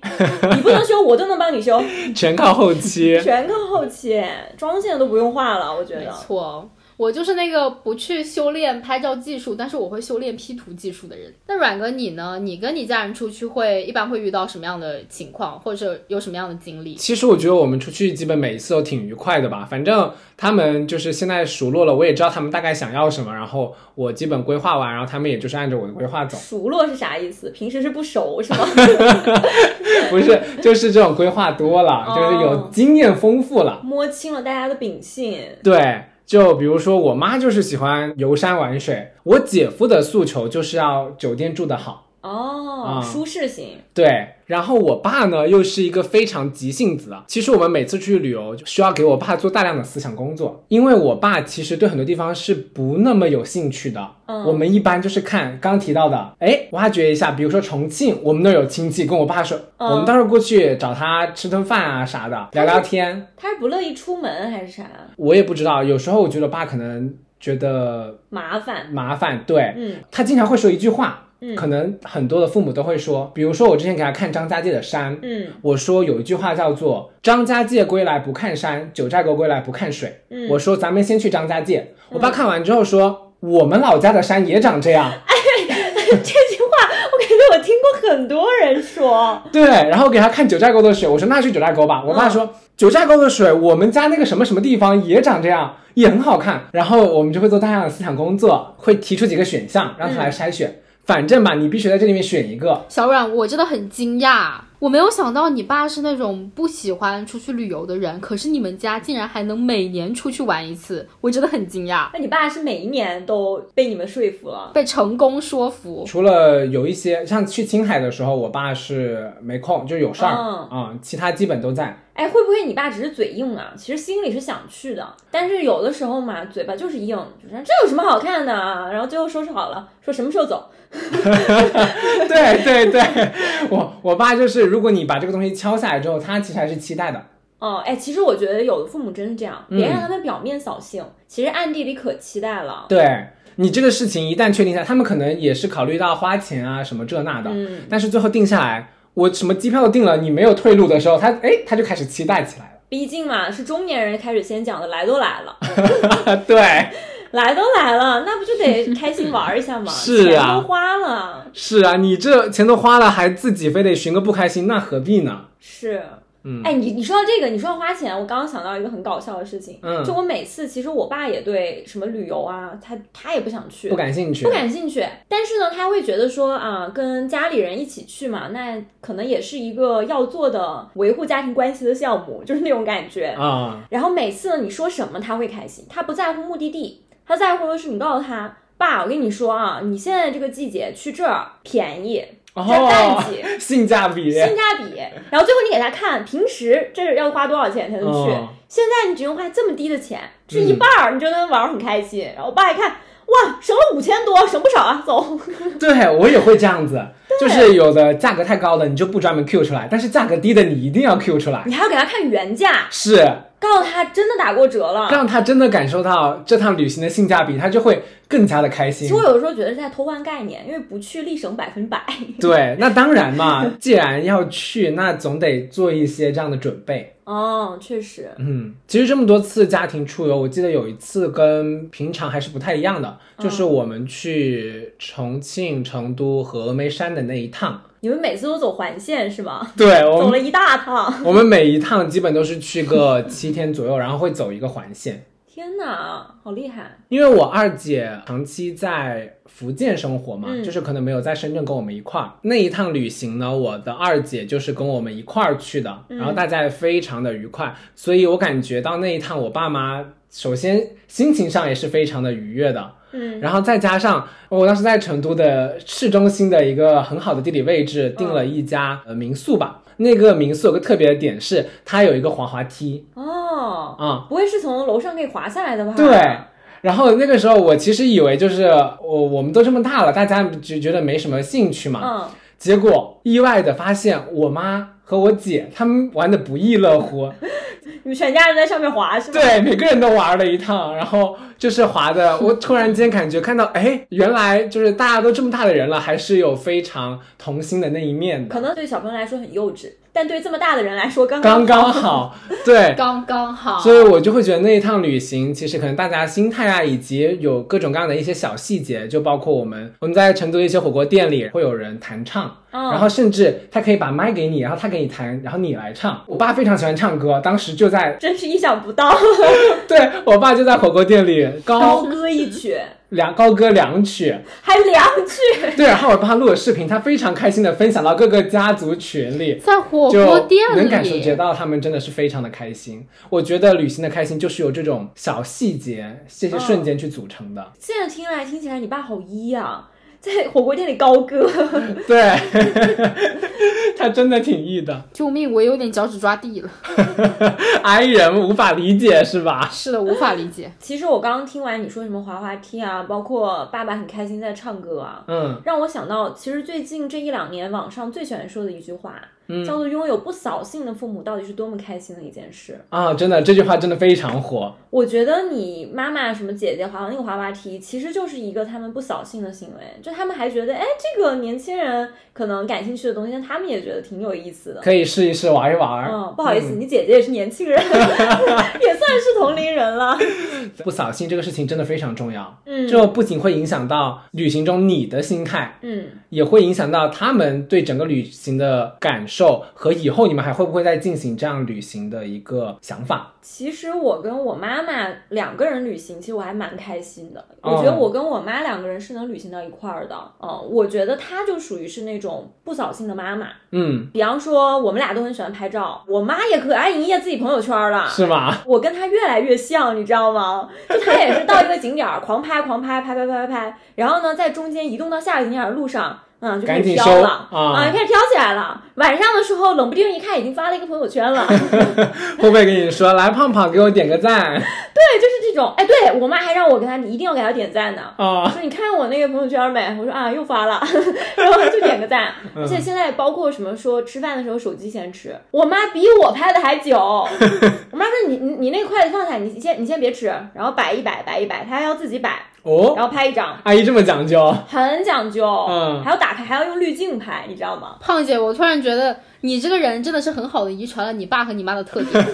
Speaker 1: 你不能修，我都能帮你修，
Speaker 3: 全靠后期。
Speaker 1: 全靠后期，妆现在都不用化了，我觉
Speaker 2: 没
Speaker 1: 得。
Speaker 2: 错，我就是那个不去修炼拍照技术，但是我会修炼 P 图技术的人。那阮哥你呢？你跟你家人出去会一般会遇到什么样的情况，或者有什么样的经历？
Speaker 3: 其实我觉得我们出去基本每一次都挺愉快的吧，反正他们就是现在熟络了，我也知道他们大概想要什么，然后我基本规划完，然后他们也就是按着我的 规划走，
Speaker 1: 熟络是啥意思？平时是不熟是吗？
Speaker 3: 不是就是这种规划多了，就是有经验丰富了，
Speaker 1: 摸清了大家的秉性，
Speaker 3: 对。就比如说，我妈就是喜欢游山玩水，我姐夫的诉求就是要酒店住得好，
Speaker 1: 哦，
Speaker 3: 啊
Speaker 1: 舒适型，
Speaker 3: 对，然后我爸呢又是一个非常急性子啊。其实我们每次出去旅游，就需要给我爸做大量的思想工作，因为我爸其实对很多地方是不那么有兴趣的。
Speaker 1: 嗯
Speaker 3: 我们一般就是看刚提到的，哎，挖掘一下，比如说重庆，我们那儿有亲戚，跟我爸说，
Speaker 1: 嗯
Speaker 3: 我们到时候过去找他吃顿饭啊啥的，聊聊天。
Speaker 1: 他是不乐意出门还是啥？
Speaker 3: 我也不知道，有时候我觉得我爸可能觉得
Speaker 1: 麻烦，
Speaker 3: 麻烦，对，
Speaker 1: 嗯
Speaker 3: 他经常会说一句话，
Speaker 1: 嗯
Speaker 3: 可能很多的父母都会说，比如说我之前给他看张家界的山，
Speaker 1: 嗯
Speaker 3: 我说有一句话叫做“张家界归来不看山，九寨沟归来不看水”
Speaker 1: 嗯，
Speaker 3: 我说咱们先去张家界。我爸看完之后说，我们老家的山也长这样，
Speaker 1: 这 句话我感觉我听过很多人说，
Speaker 3: 对。然后给他看九寨沟的水，我说那去九寨沟吧。我爸
Speaker 1: 嗯
Speaker 3: 说、九寨沟的水，我们家那个什么什么地方也长这样，也很好看。然后我们就会做大量的思想工作，会提出几个选项让他来筛
Speaker 1: 嗯
Speaker 3: 选。反正吧，你必须在这里面选一个。
Speaker 2: 小阮，我真的很惊讶，我没有想到你爸是那种不喜欢出去旅游的人，可是你们家竟然还能每年出去玩一次，我真的很惊讶，
Speaker 1: 那你爸是每一年都被你们说服了？
Speaker 2: 被成功说服。
Speaker 3: 除了有一些像去青海的时候，我爸是没空，就有事儿
Speaker 1: 嗯
Speaker 3: 啊、其他基本都在。
Speaker 1: 哎，会不会你爸只是嘴硬啊？其实心里是想去的，但是有的时候嘛，嘴巴就是硬，就说这有什么好看的啊？然后最后收拾好了，说什么时候走？
Speaker 3: 对对对，我我爸就是，如果你把这个东西敲下来之后，他其实还是期待的。
Speaker 1: 哦，哎，其实我觉得有的父母真是这样，别
Speaker 3: 嗯
Speaker 1: 让他们表面扫兴，其实暗地里可期待了。
Speaker 3: 对你这个事情一旦确定下，他们可能也是考虑到花钱啊什么这那的，
Speaker 1: 嗯
Speaker 3: 但是最后定下来，我什么机票都定了，你没有退路的时候，他哎他就开始期待起来
Speaker 1: 毕竟嘛，是中年人开始先讲的，来都来了，
Speaker 3: 了。 对，
Speaker 1: 来都来了，那不就得开心玩一下嘛？
Speaker 3: 是啊
Speaker 1: 钱都花了，
Speaker 3: 是啊，你这钱都花了，还自己非得寻个不开心，那何必呢？
Speaker 1: 是。
Speaker 3: 嗯
Speaker 1: 哎，你你说到这个，你说到花钱，我刚刚想到一个很搞笑的事情，
Speaker 3: 嗯
Speaker 1: 就我每次其实我爸也对什么旅游啊，他他也不想去，
Speaker 3: 不感兴趣，
Speaker 1: 不感兴趣。但是呢，他会觉得说啊，跟家里人一起去嘛，那可能也是一个要做的维护家庭关系的项目，就是那种感觉。
Speaker 3: 啊、
Speaker 1: 然后每次呢，你说什么他会开心，他不在乎目的地，他在乎的是你告诉他。爸，我跟你说啊，你现在这个季节去这儿便宜，
Speaker 3: 哦，
Speaker 1: 在淡季，
Speaker 3: 性价比，
Speaker 1: 性价比。然后最后你给他看，平时这是要花多少钱才能去，
Speaker 3: 哦
Speaker 1: 现在你只用花这么低的钱，这一半儿你就能玩儿很开心。然后我爸一看，哇，省了五千多，省不少啊，走。
Speaker 3: 对我也会这样子，就是有的价格太高的你就不专门 Q 出来，但是价格低的你一定要 Q 出来，
Speaker 1: 你还要给他看原价，
Speaker 3: 是
Speaker 1: 告诉他真的打过折了。
Speaker 3: 让他真的感受到这趟旅行的性价比，他就会更加的开
Speaker 1: 其
Speaker 3: 心
Speaker 1: 实。我有时候觉得是在偷换概念，因为不去立省百分百。
Speaker 3: 对，那当然嘛，既然要去，那总得做一些这样的准备。
Speaker 1: 哦，确实，
Speaker 3: 嗯，其实这么多次家庭出游，我记得有一次跟平常还是不太一样的，
Speaker 1: 嗯
Speaker 3: 就是我们去重庆、成都和峨眉山的那一趟。
Speaker 1: 你们每次都走环线是吗？
Speaker 3: 对，我们
Speaker 1: 走了一大趟，
Speaker 3: 我们每一趟基本都是去个七天左右，然后会走一个环线。
Speaker 1: 天哪，好厉害！
Speaker 3: 因为我二姐长期在福建生活嘛，
Speaker 1: 嗯
Speaker 3: 就是可能没有在深圳跟我们一块儿。那一趟旅行呢，我的二姐就是跟我们一块儿去的，然后大家也非常的愉快，所以我感觉到那一趟我爸妈首先心情上也是非常的愉悦的，
Speaker 1: 嗯
Speaker 3: 然后再加上我当时在成都的市中心的一个很好的地理位置订了一家呃民宿吧。那个民宿有个特别的点是，它有一个滑滑梯
Speaker 1: 哦，
Speaker 3: 啊、
Speaker 1: 不会是从楼上可以滑下来的吧？
Speaker 3: 对。然后那个时候我其实以为就是我我们都这么大了，大家就觉得没什么兴趣嘛。
Speaker 1: 嗯，
Speaker 3: 结果意外的发现，我妈和我姐他们玩的不亦乐乎，
Speaker 1: 你们全家人在上面滑是吗？
Speaker 3: 对，每个人都玩了一趟，然后就是滑的，我突然间感觉看到，哎，原来就是大家都这么大的人了，还是有非常童心的那一面的，
Speaker 1: 可能对小朋友来说很幼稚，但对这么大的人来说刚
Speaker 3: 刚
Speaker 1: 刚
Speaker 3: 刚好，对。
Speaker 2: 刚刚好，
Speaker 3: 所以我就会觉得那一趟旅行，其实可能大家心态啊，以及有各种各样的一些小细节，就包括我们我们在成都的一些火锅店里会有人弹唱，
Speaker 1: 嗯
Speaker 3: 然后甚至他可以把麦给你，然后他给你弹，然后你来唱。我爸非常喜欢唱歌，当时就在
Speaker 1: 真是意想不到，
Speaker 3: 对我爸就在火锅店里
Speaker 1: 高
Speaker 3: 高
Speaker 1: 歌一曲，
Speaker 3: 两高歌两曲，
Speaker 1: 还两句，
Speaker 3: 对，然啊后我帮他录了视频，他非常开心的分享到各个家族群里，
Speaker 2: 在火
Speaker 3: 就
Speaker 2: 锅店里
Speaker 3: 能感受得到他们真的是非常的开心。我觉得旅行的开心就是由这种
Speaker 2: 嗯
Speaker 3: 小细节、这些瞬间去组成的。
Speaker 1: 现在听来听起来，你爸好一啊。在火锅店里高歌。
Speaker 3: 对， 他真的挺异的，
Speaker 2: 救命，我有点脚趾抓地了。
Speaker 3: i 人无法理解是吧？
Speaker 2: 是的，无法理解。
Speaker 1: 其实我刚刚听完你说什么滑滑梯啊，包括爸爸很开心在唱歌啊，
Speaker 3: 嗯
Speaker 1: 让我想到，其实最近这一两年网上最喜欢说的一句话，
Speaker 3: 嗯
Speaker 1: 叫做“拥有不扫兴的父母到底是多么开心的一件事”。
Speaker 3: 啊，真的这句话真的非常火，
Speaker 1: 我觉得你妈妈什么姐姐滑那个滑滑梯，其实就是一个他们不扫兴的行为，就他们还觉得，哎，这个年轻人可能感兴趣的东西，他们也觉得挺有意思的。
Speaker 3: 可以试一试玩一玩。
Speaker 1: 嗯，不好意思，你姐姐也是年轻人， 也算是同龄人了。
Speaker 3: 不扫兴这个事情真的非常重要，
Speaker 1: 嗯
Speaker 3: 这不仅会影响到旅行中你的心态，
Speaker 1: 嗯，
Speaker 3: 也会影响到他们对整个旅行的感受和以后你们还会不会再进行这样旅行的一个想法。
Speaker 1: 其实我跟我妈妈两个人旅行，其实我还蛮开心的。
Speaker 3: 哦
Speaker 1: 我觉得我跟我妈两个人是能旅行到一块儿的。嗯，我觉得她就属于是那种不扫兴的妈妈。
Speaker 3: 嗯，
Speaker 1: 比方说，我们俩都很喜欢拍照，我妈也可爱营业自己朋友圈了。
Speaker 3: 是 吗？
Speaker 1: 我跟她越来越像，你知道吗？就她也是到一个景点儿 狂拍狂拍拍拍拍拍拍，然后呢，在中间移动到下个景点儿的路上，嗯，就开
Speaker 3: 赶
Speaker 1: 始
Speaker 3: 紧
Speaker 1: 飘
Speaker 3: 收
Speaker 1: 了啊，
Speaker 3: 啊！
Speaker 1: 开始飘起来了。晚上的时候，冷不丁一看，已经发了一个朋友圈 了。
Speaker 3: 会不会跟你说来胖胖给我点个赞
Speaker 1: 对，就是这种。哎，对我妈还让我给她一定要给她点赞呢。
Speaker 3: 啊？
Speaker 1: 说你看我那个朋友圈没？我说啊，又发了， 然后就点个赞。而且现在包括什么说吃饭的时候手机先吃，我妈比我拍的还久。我妈说你你你那筷子放下，你先你先别吃，然后摆一摆摆一摆，她还要自己摆，
Speaker 3: 哦，
Speaker 1: 然后拍一张，
Speaker 3: 阿姨这么讲究，
Speaker 1: 很讲究，
Speaker 3: 嗯
Speaker 1: 还要打开，还要用滤镜拍，你知道吗？
Speaker 2: 胖姐，我突然觉得你这个人真的是很好的遗传了你爸和你妈的特 点。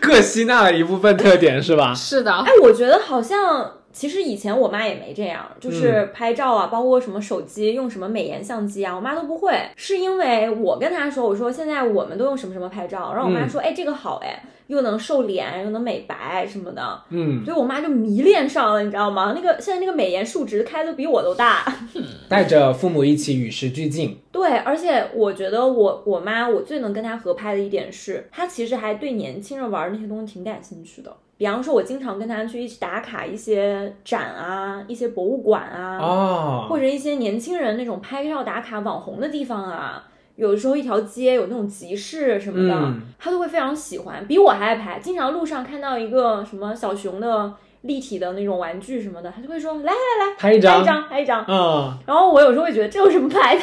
Speaker 3: 各吸纳了一部分特点是吧？
Speaker 2: 是的，
Speaker 1: 哎，我觉得好像。其实以前我妈也没这样，就是
Speaker 3: 嗯
Speaker 1: 拍照啊，包括什么手机用什么美颜相机啊，我妈都不会。是因为我跟她说，我说现在我们都用什么什么拍照，然后我妈
Speaker 3: 嗯
Speaker 1: 说，哎，这个好哎，又能瘦脸，又能美白什么的，
Speaker 3: 嗯，
Speaker 1: 所以我妈就迷恋上了，你知道吗？那个现在那个美颜数值开的比我都大。
Speaker 3: 带着父母一起与时俱进，
Speaker 1: 对，而且我觉得我我妈我最能跟她合拍的一点是，她其实还对年轻人玩儿那些东西挺感兴趣的。比方说，我经常跟她去一起打卡一些展啊、一些博物馆啊，
Speaker 3: 哦
Speaker 1: 或，者一些年轻人那种拍照打卡网红的地方啊。有时候一条街有那种集市什么的，
Speaker 3: 嗯
Speaker 1: 她都会非常喜欢，比我还爱拍。经常路上看到一个什么小熊的立体的那种玩具什么的，她就会说来
Speaker 3: 拍一
Speaker 1: 拍
Speaker 3: 张
Speaker 1: 一，张，拍一张。
Speaker 3: 嗯，
Speaker 1: 然后我有时候会觉得这有什么拍 的，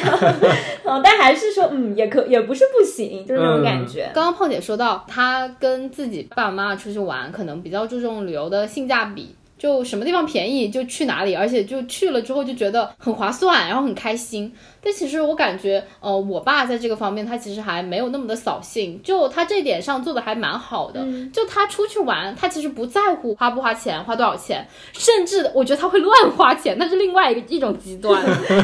Speaker 1: 嗯，但还是说，嗯，也可也不是不行，就是那种感觉。
Speaker 2: 刚刚胖姐说到，她跟自己爸爸妈妈出去玩，可能比较注重旅游的性价比，就什么地方便宜就去哪里，而且就去了之后就觉得很划算，然后很开心。但其实我感觉，呃，我爸在这个方面他其实还没有那么的扫兴，就他这点上做的还蛮好的。就他出去玩，他其实不在乎花不花钱，花多少钱，甚至我觉得他会乱花钱，那是另外一个一种极端。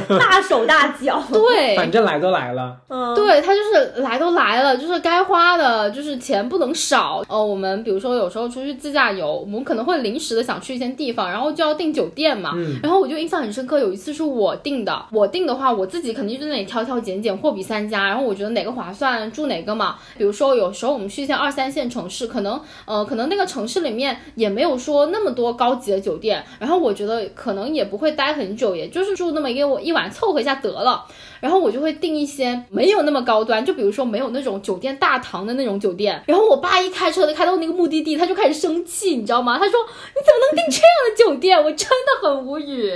Speaker 1: 大手大脚，
Speaker 2: 对，
Speaker 3: 反正来都来了，
Speaker 1: 嗯，
Speaker 2: 对他就是来都来了，就是该花的，就是钱不能少。呃，我们比如说有时候出去自驾游，我们可能会临时的想去一些地方，然后就要订酒店嘛。
Speaker 3: 嗯
Speaker 2: 然后我就印象很深刻，有一次是我订的，我订的话，我自己肯定就在那里挑挑拣拣，货比三家，然后我觉得哪个划算住哪个嘛。比如说有时候我们去一些二三线城市，可能呃，可能那个城市里面也没有说那么多高级的酒店，然后我觉得可能也不会待很久，也就是住那么一个一晚凑合一下得了。然后我就会订一些没有那么高端，就比如说没有那种酒店大堂的那种酒店。然后我爸一开车开到那个目的地，他就开始生气，你知道吗？他说：“你怎么能订这样的酒店？”我真的很无语。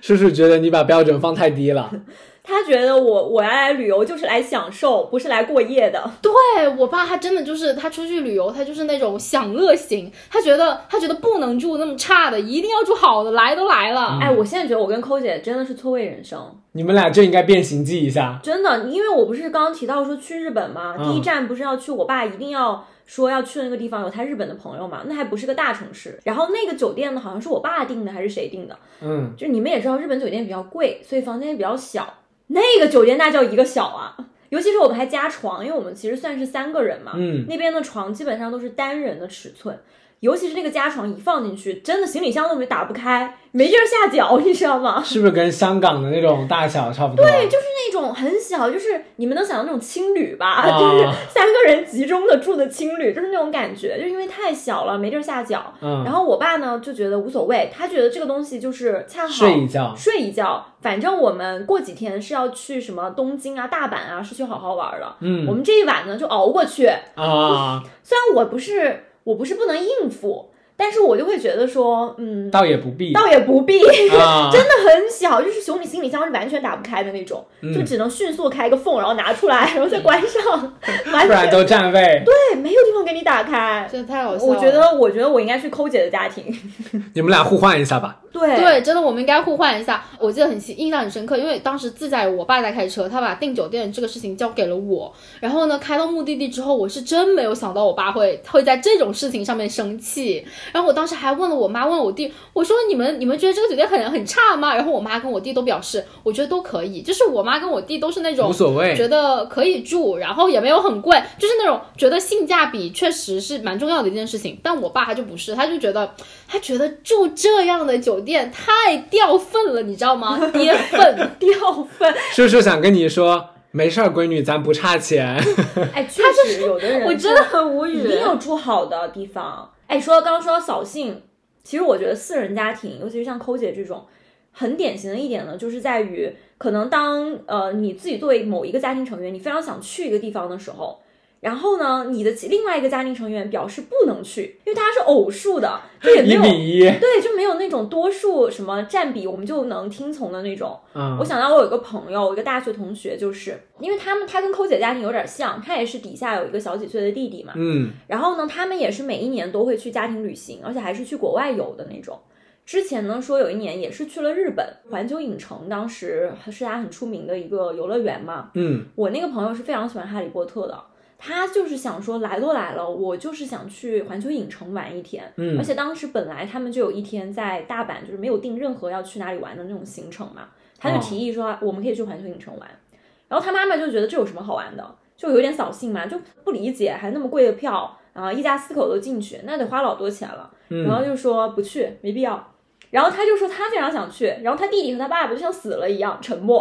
Speaker 3: 叔叔觉得你把标准放太低了，
Speaker 1: 他觉得我我要来旅游就是来享受，不是来过夜的。
Speaker 2: 对我爸，他真的就是他出去旅游，他就是那种享乐型，他觉得他觉得不能住那么差的，一定要住好的，来都来了。
Speaker 1: 哎，我现在觉得我跟抠姐真的是错位人生，
Speaker 3: 你们俩就应该变形记一下。
Speaker 1: 真的，因为我不是刚刚提到说去日本嘛，
Speaker 3: 嗯
Speaker 1: 第一站不是要去我爸一定要。说要去的那个地方有他日本的朋友嘛，那还不是个大城市。然后那个酒店呢，好像是我爸订的还是谁订的？
Speaker 3: 嗯，
Speaker 1: 就你们也知道，日本酒店比较贵，所以房间比较小。那个酒店那叫一个小啊，尤其是我们还加床，因为我们其实算是三个人嘛。
Speaker 3: 嗯
Speaker 1: 那边的床基本上都是单人的尺寸，尤其是那个加床一放进去，真的行李箱都没打不开，没地儿下脚，你知道吗？
Speaker 3: 是不是跟香港的那种大小差不多？对，
Speaker 1: 就是那种很小，就是你们能想到那种青旅吧，
Speaker 3: 啊
Speaker 1: 就是三个人集中的住的青旅，就是那种感觉，就是因为太小了，没地儿下脚。
Speaker 3: 嗯，
Speaker 1: 然后我爸呢就觉得无所谓，他觉得这个东西就是恰好
Speaker 3: 睡一觉，
Speaker 1: 睡一觉，反正我们过几天是要去什么东京啊、大阪啊，是去好好玩的。我
Speaker 3: 嗯
Speaker 1: 们这一晚呢就熬过去。
Speaker 3: 啊，
Speaker 1: 虽然我不是我不是不能应付，但是我就会觉得说，嗯，
Speaker 3: 倒也不必
Speaker 1: 倒也不必，
Speaker 3: 啊，
Speaker 1: 真的很小，就是熊女行李箱是完全打不开的那种，
Speaker 3: 嗯
Speaker 1: 就只能迅速开个缝，然后拿出来，然后再关上，完
Speaker 3: 嗯不然
Speaker 1: 全
Speaker 3: 都占位。
Speaker 1: 对，没有地方给你打开。
Speaker 2: 真的太好笑了。
Speaker 1: 我觉得，我觉得我应该去抠姐的家庭。
Speaker 3: 你们俩互换一下吧。
Speaker 1: 对。
Speaker 2: 对，真的我们应该互换一下。我记得很清印象很深刻，因为当时自驾游我爸在开车，他把订酒店这个事情交给了我。然后呢，开到目的地之后，我是真没有想到我爸会会在这种事情上面生气。然后我当时还问了我妈，问了我弟，我说你们你们觉得这个酒店很很差吗？然后我妈跟我弟都表示，我觉得都可以。就是我妈跟我弟都是那种
Speaker 3: 无所谓
Speaker 2: 觉得可以住，然后也没有很贵，就是那种觉得性价比确实是蛮重要的一件事情。但我爸他就不是，他就觉得他觉得住这样的酒店太掉粪了，你知道吗？跌粪
Speaker 1: 掉分，
Speaker 3: 叔叔想跟你说，没事儿，闺女，咱不差钱。
Speaker 1: 哎， 确实有的人
Speaker 2: 我
Speaker 1: 是
Speaker 2: 真的很无语
Speaker 1: 一，定要住好的地方。哎，说到刚刚说到扫兴，其实我觉得私人家庭，尤其是像抠姐这种，很典型的一点呢，就是在于可能当呃你自己作为某一个家庭成员，你非常想去一个地方的时候。然后呢，你的其另外一个家庭成员表示不能去，因为大家是偶数的，就也没
Speaker 3: 一
Speaker 1: 有
Speaker 3: 比一，
Speaker 1: 对，就没有那种多数什么占比我们就能听从的那种。我
Speaker 3: 嗯
Speaker 1: 想到我有一个朋友，我一个大学同学，就是因为他们他跟抠姐家庭有点像，他也是底下有一个小几岁的弟弟嘛。
Speaker 3: 嗯，
Speaker 1: 然后呢，他们也是每一年都会去家庭旅行，而且还是去国外游的那种。之前呢，说有一年也是去了日本环球影城，当时是他很出名的一个游乐园嘛。
Speaker 3: 嗯
Speaker 1: 我那个朋友是非常喜欢哈利波特的，他就是想说来都来了，我就是想去环球影城玩一天。
Speaker 3: 嗯
Speaker 1: 而且当时本来他们就有一天在大阪，就是没有定任何要去哪里玩的那种行程嘛，他就提议说我们可以去环球影城玩。然后他妈妈就觉得这有什么好玩的，就有点扫兴嘛，就不理解，还那么贵的票，啊，一家四口都进去，那得花老多钱了。然后
Speaker 3: 嗯，
Speaker 1: 就说不去，没必要。然后他就说他非常想去，然后他弟弟和他爸爸就像死了一样沉默，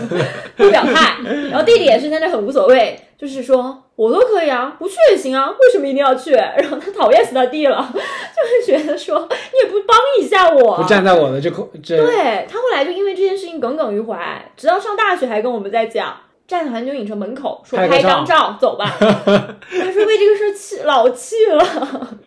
Speaker 1: 不表态。然后弟弟也是在那很无所谓，就是说我都可以啊，不去也行啊，为什么一定要去？ 然后他讨厌死他弟了， 就会觉得说你也不帮一下我
Speaker 3: 不
Speaker 1: 啊，
Speaker 3: 站在我的这口这，
Speaker 1: 对他后来就因为这件事情耿耿于怀，直到上大学还跟我们在讲，站在环球影城门口说
Speaker 3: 拍个
Speaker 1: 拍张
Speaker 3: 照
Speaker 1: 照走吧， 他说为这个事儿气老气了。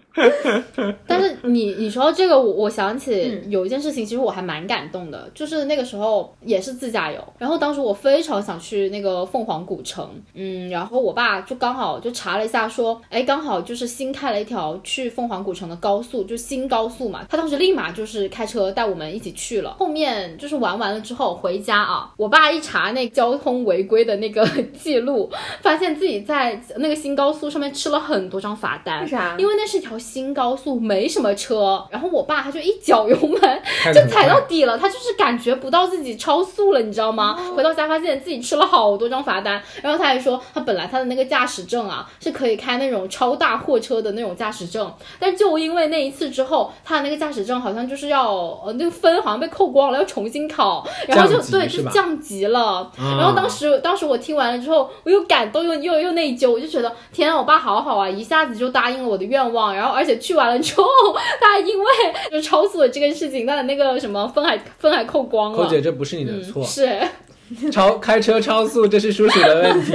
Speaker 2: 但是你你说到这个，我我想起
Speaker 1: 嗯
Speaker 2: 有一件事情，其实我还蛮感动的，就是那个时候也是自驾游，然后当时我非常想去那个凤凰古城，嗯，然后我爸就刚好就查了一下，说，哎，刚好就是新开了一条去凤凰古城的高速，就新高速嘛，他当时立马就是开车带我们一起去了。后面就是玩完了之后回家啊，我爸一查那交通违规的那个 记录，发现自己在那个新高速上面吃了很多张罚单，
Speaker 1: 为啥
Speaker 2: 因为那是一条新高速，没什么车。然后我爸他就一脚油门
Speaker 3: 看
Speaker 2: 就
Speaker 3: 得很
Speaker 2: 踩
Speaker 3: 快
Speaker 2: 到底了，他就是感觉不到自己超速了，你知道吗？回到家发现自己吃了好多张罚单，然后他还说他本来他的那个驾驶证啊是可以开那种超大货车的那种驾驶证，但就因为那一次之后，他的那个驾驶证好像就是要呃那个分好像被扣光了，要重新考，然后就
Speaker 3: 降级
Speaker 2: 对
Speaker 3: 是
Speaker 2: 就
Speaker 3: 吧啊
Speaker 2: 降级了。然后当时，当时我听完了之后，我又感动又又又内疚，我就觉得天啊，我爸好好啊，一下子就答应了我的愿望。然后而且去完了之后，他还因为就超速了这件事情，他的那个什么分还分还扣光
Speaker 3: 寇
Speaker 2: 了。
Speaker 3: 姐，这不是你的
Speaker 2: 嗯，
Speaker 3: 错，
Speaker 2: 是，
Speaker 1: 嗯
Speaker 3: 超开车超速，这是叔叔的问题。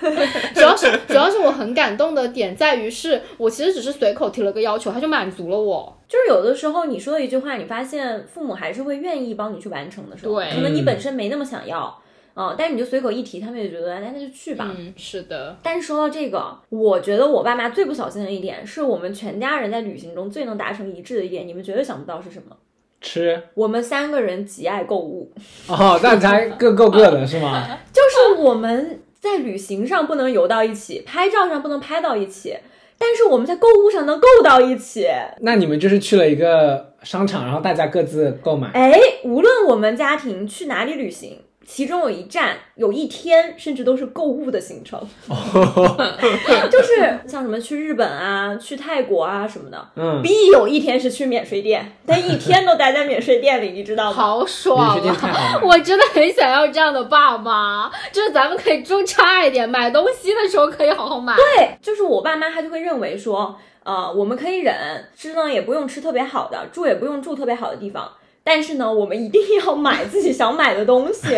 Speaker 2: 主要是主要是我很感动的点在于是我其实只是随口提了个要求，他就满足了我。
Speaker 1: 就是有的时候你说的一句话，你发现父母还是会愿意帮你去完成的时候，
Speaker 2: 对
Speaker 1: 可能你
Speaker 3: 嗯
Speaker 1: 本身没那么想要，嗯、但是你就随口一提，他们也觉得哎那就去吧。
Speaker 2: 嗯，是的，
Speaker 1: 但是说到这个，我觉得我爸妈最不小心的一点，是我们全家人在旅行中最能达成一致的一点，你们绝对想不到是什么。
Speaker 3: 吃
Speaker 1: 我们三个人极爱购物，
Speaker 3: 哦，大家各各各的是 吗？
Speaker 2: 哦
Speaker 1: 就是我们在旅行上不能游到一起，拍照上不能拍到一起，但是我们在购物上能购到一起。
Speaker 3: 那你们就是去了一个商场，然后大家各自购买。
Speaker 1: 哎，无论我们家庭去哪里旅行，其中有一站有一天甚至都是购物的行程，就是像什么去日本啊、去泰国啊什么的，
Speaker 3: 嗯，
Speaker 1: 必有一天是去免税店，但一天都待在免税店里，你知道吗？
Speaker 2: 好
Speaker 3: 免
Speaker 2: 爽
Speaker 3: 税店
Speaker 2: 啊！
Speaker 3: 太好 了。
Speaker 2: 我真的很想要这样的爸妈，就是咱们可以住差一点，买东西的时候可以好好买。
Speaker 1: 对，就是我爸妈他就会认为说，呃，我们可以忍，吃呢也不用吃特别好的，住也不用住特别好的地方，但是呢，我们一定要买自己想买的东西。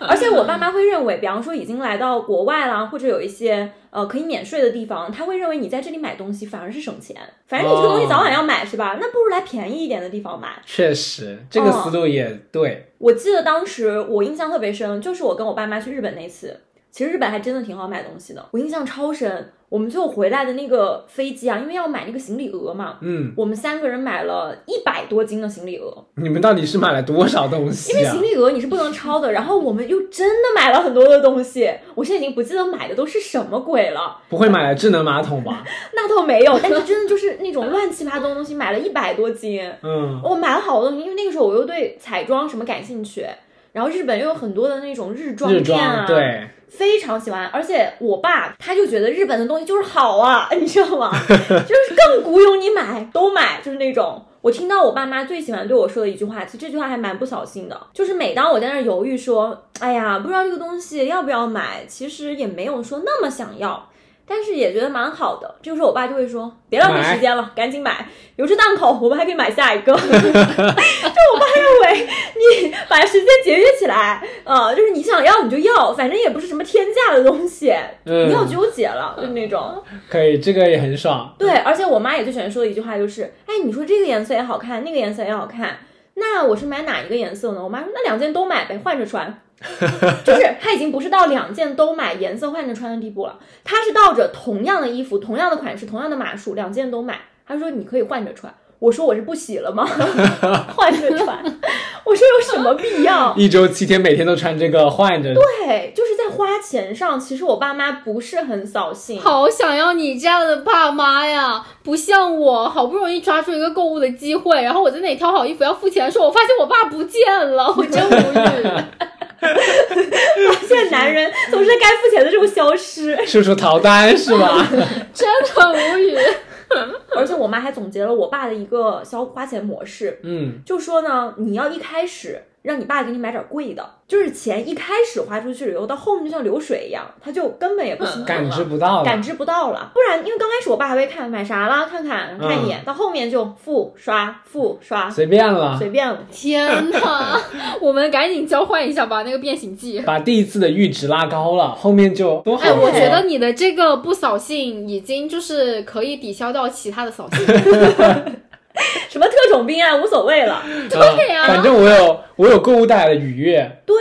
Speaker 1: 而且我爸妈会认为，比方说已经来到国外啦，或者有一些呃可以免税的地方，他会认为你在这里买东西反而是省钱，反正你这个东西早晚要买是吧？那不如来便宜一点的地方买。
Speaker 3: 确实，这个思路也对。
Speaker 1: 我记得当时我印象特别深，就是我跟我爸妈去日本那次，其实日本还真的挺好买东西的，我印象超深。我们最后回来的那个飞机啊，因为要买那个行李额嘛，
Speaker 3: 嗯，
Speaker 1: 我们三个人买了一百多斤的行李额，
Speaker 3: 你们到底是买了多少东西
Speaker 1: 因为
Speaker 3: 啊
Speaker 1: 行？李额你是不能超的。然后我们又真的买了很多的东西，我现在已经不记得买的都是什么鬼了，
Speaker 3: 不会买了智能马桶吧？
Speaker 1: 那倒没有，但是真的就是那种乱七八糟的东西，买了一百多斤。
Speaker 3: 嗯，
Speaker 1: 我买了好多东西，因为那个时候我又对彩妆什么感兴趣，然后日本又有很多的那种日妆
Speaker 3: 日
Speaker 1: 店啊，
Speaker 3: 妆对，
Speaker 1: 非常喜欢，而且我爸他就觉得日本的东西就是好啊， 你知道吗？就是更鼓勇你买都买，就是那种。我听到我爸妈最喜欢对我说的一句话，其实这句话还蛮不扫兴的，就是每当我在那儿犹豫说，哎呀，不知道这个东西要不要买，其实也没有说那么想要，但是也觉得蛮好的。这个时候我爸就会说，别浪费
Speaker 3: 买
Speaker 1: 时间了，赶紧买，留着档口，我们还可以买下一个。就我爸认为你把时间节约起来，呃，就是你想要你就要，反正也不是什么天价的东西，不要
Speaker 3: 嗯，
Speaker 1: 纠结了，就是那种。
Speaker 3: 可以，这个也很爽。
Speaker 1: 对，而且我妈也最喜欢说的一句话就是，哎，你说这个颜色也好看，那个颜色也好看，那我是买哪一个颜色呢？我妈说那两件都买呗，换着穿。 就是她已经不是到两件都买颜色换着穿的地步了，她是到着同样的衣服、同样的款式、同样的码数，两件都买。她说你可以换着穿，我说我是不洗了吗？ 换着穿，我说有什么必要？
Speaker 3: 一周七天，每天都穿这个换着。
Speaker 1: 对，就是在花钱上，其实我爸妈不是很扫兴。
Speaker 2: 好想要你这样的爸妈呀！不像我，好不容易抓住一个购物的机会，然后我在那里挑好衣服要付钱的时候，我发现我爸不见了，我真无语。
Speaker 1: 现在男人总是该付钱的时候消失。
Speaker 3: 叔叔逃单 是吧？
Speaker 2: 真的无语。
Speaker 1: 而且我妈还总结了我爸的一个消花钱模式，
Speaker 3: 嗯，
Speaker 1: 就说呢，你要一开始让你爸给你买点贵的，就是钱一开始花出去旅游，到后面就像流水一样，他就根本也不心疼了
Speaker 3: 嗯感知不到了。
Speaker 1: 感知不到了。不然，因为刚开始我爸还会看买啥啦，看看看一眼，到后面就付刷付刷，
Speaker 3: 嗯随便了，
Speaker 1: 随便了。
Speaker 2: 天哪，我们赶紧交换一下吧，那个变形计。
Speaker 3: 把第一次的阈值拉高了，后面就多好
Speaker 2: 哎，
Speaker 3: 了。
Speaker 2: 我觉得你的这个不扫兴已经就是可以抵消掉其他的扫兴。
Speaker 1: 什么特种兵啊，无所谓了。
Speaker 2: 对呀
Speaker 1: 啊
Speaker 3: 嗯反正我有我有购物带来的愉悦。
Speaker 1: 对，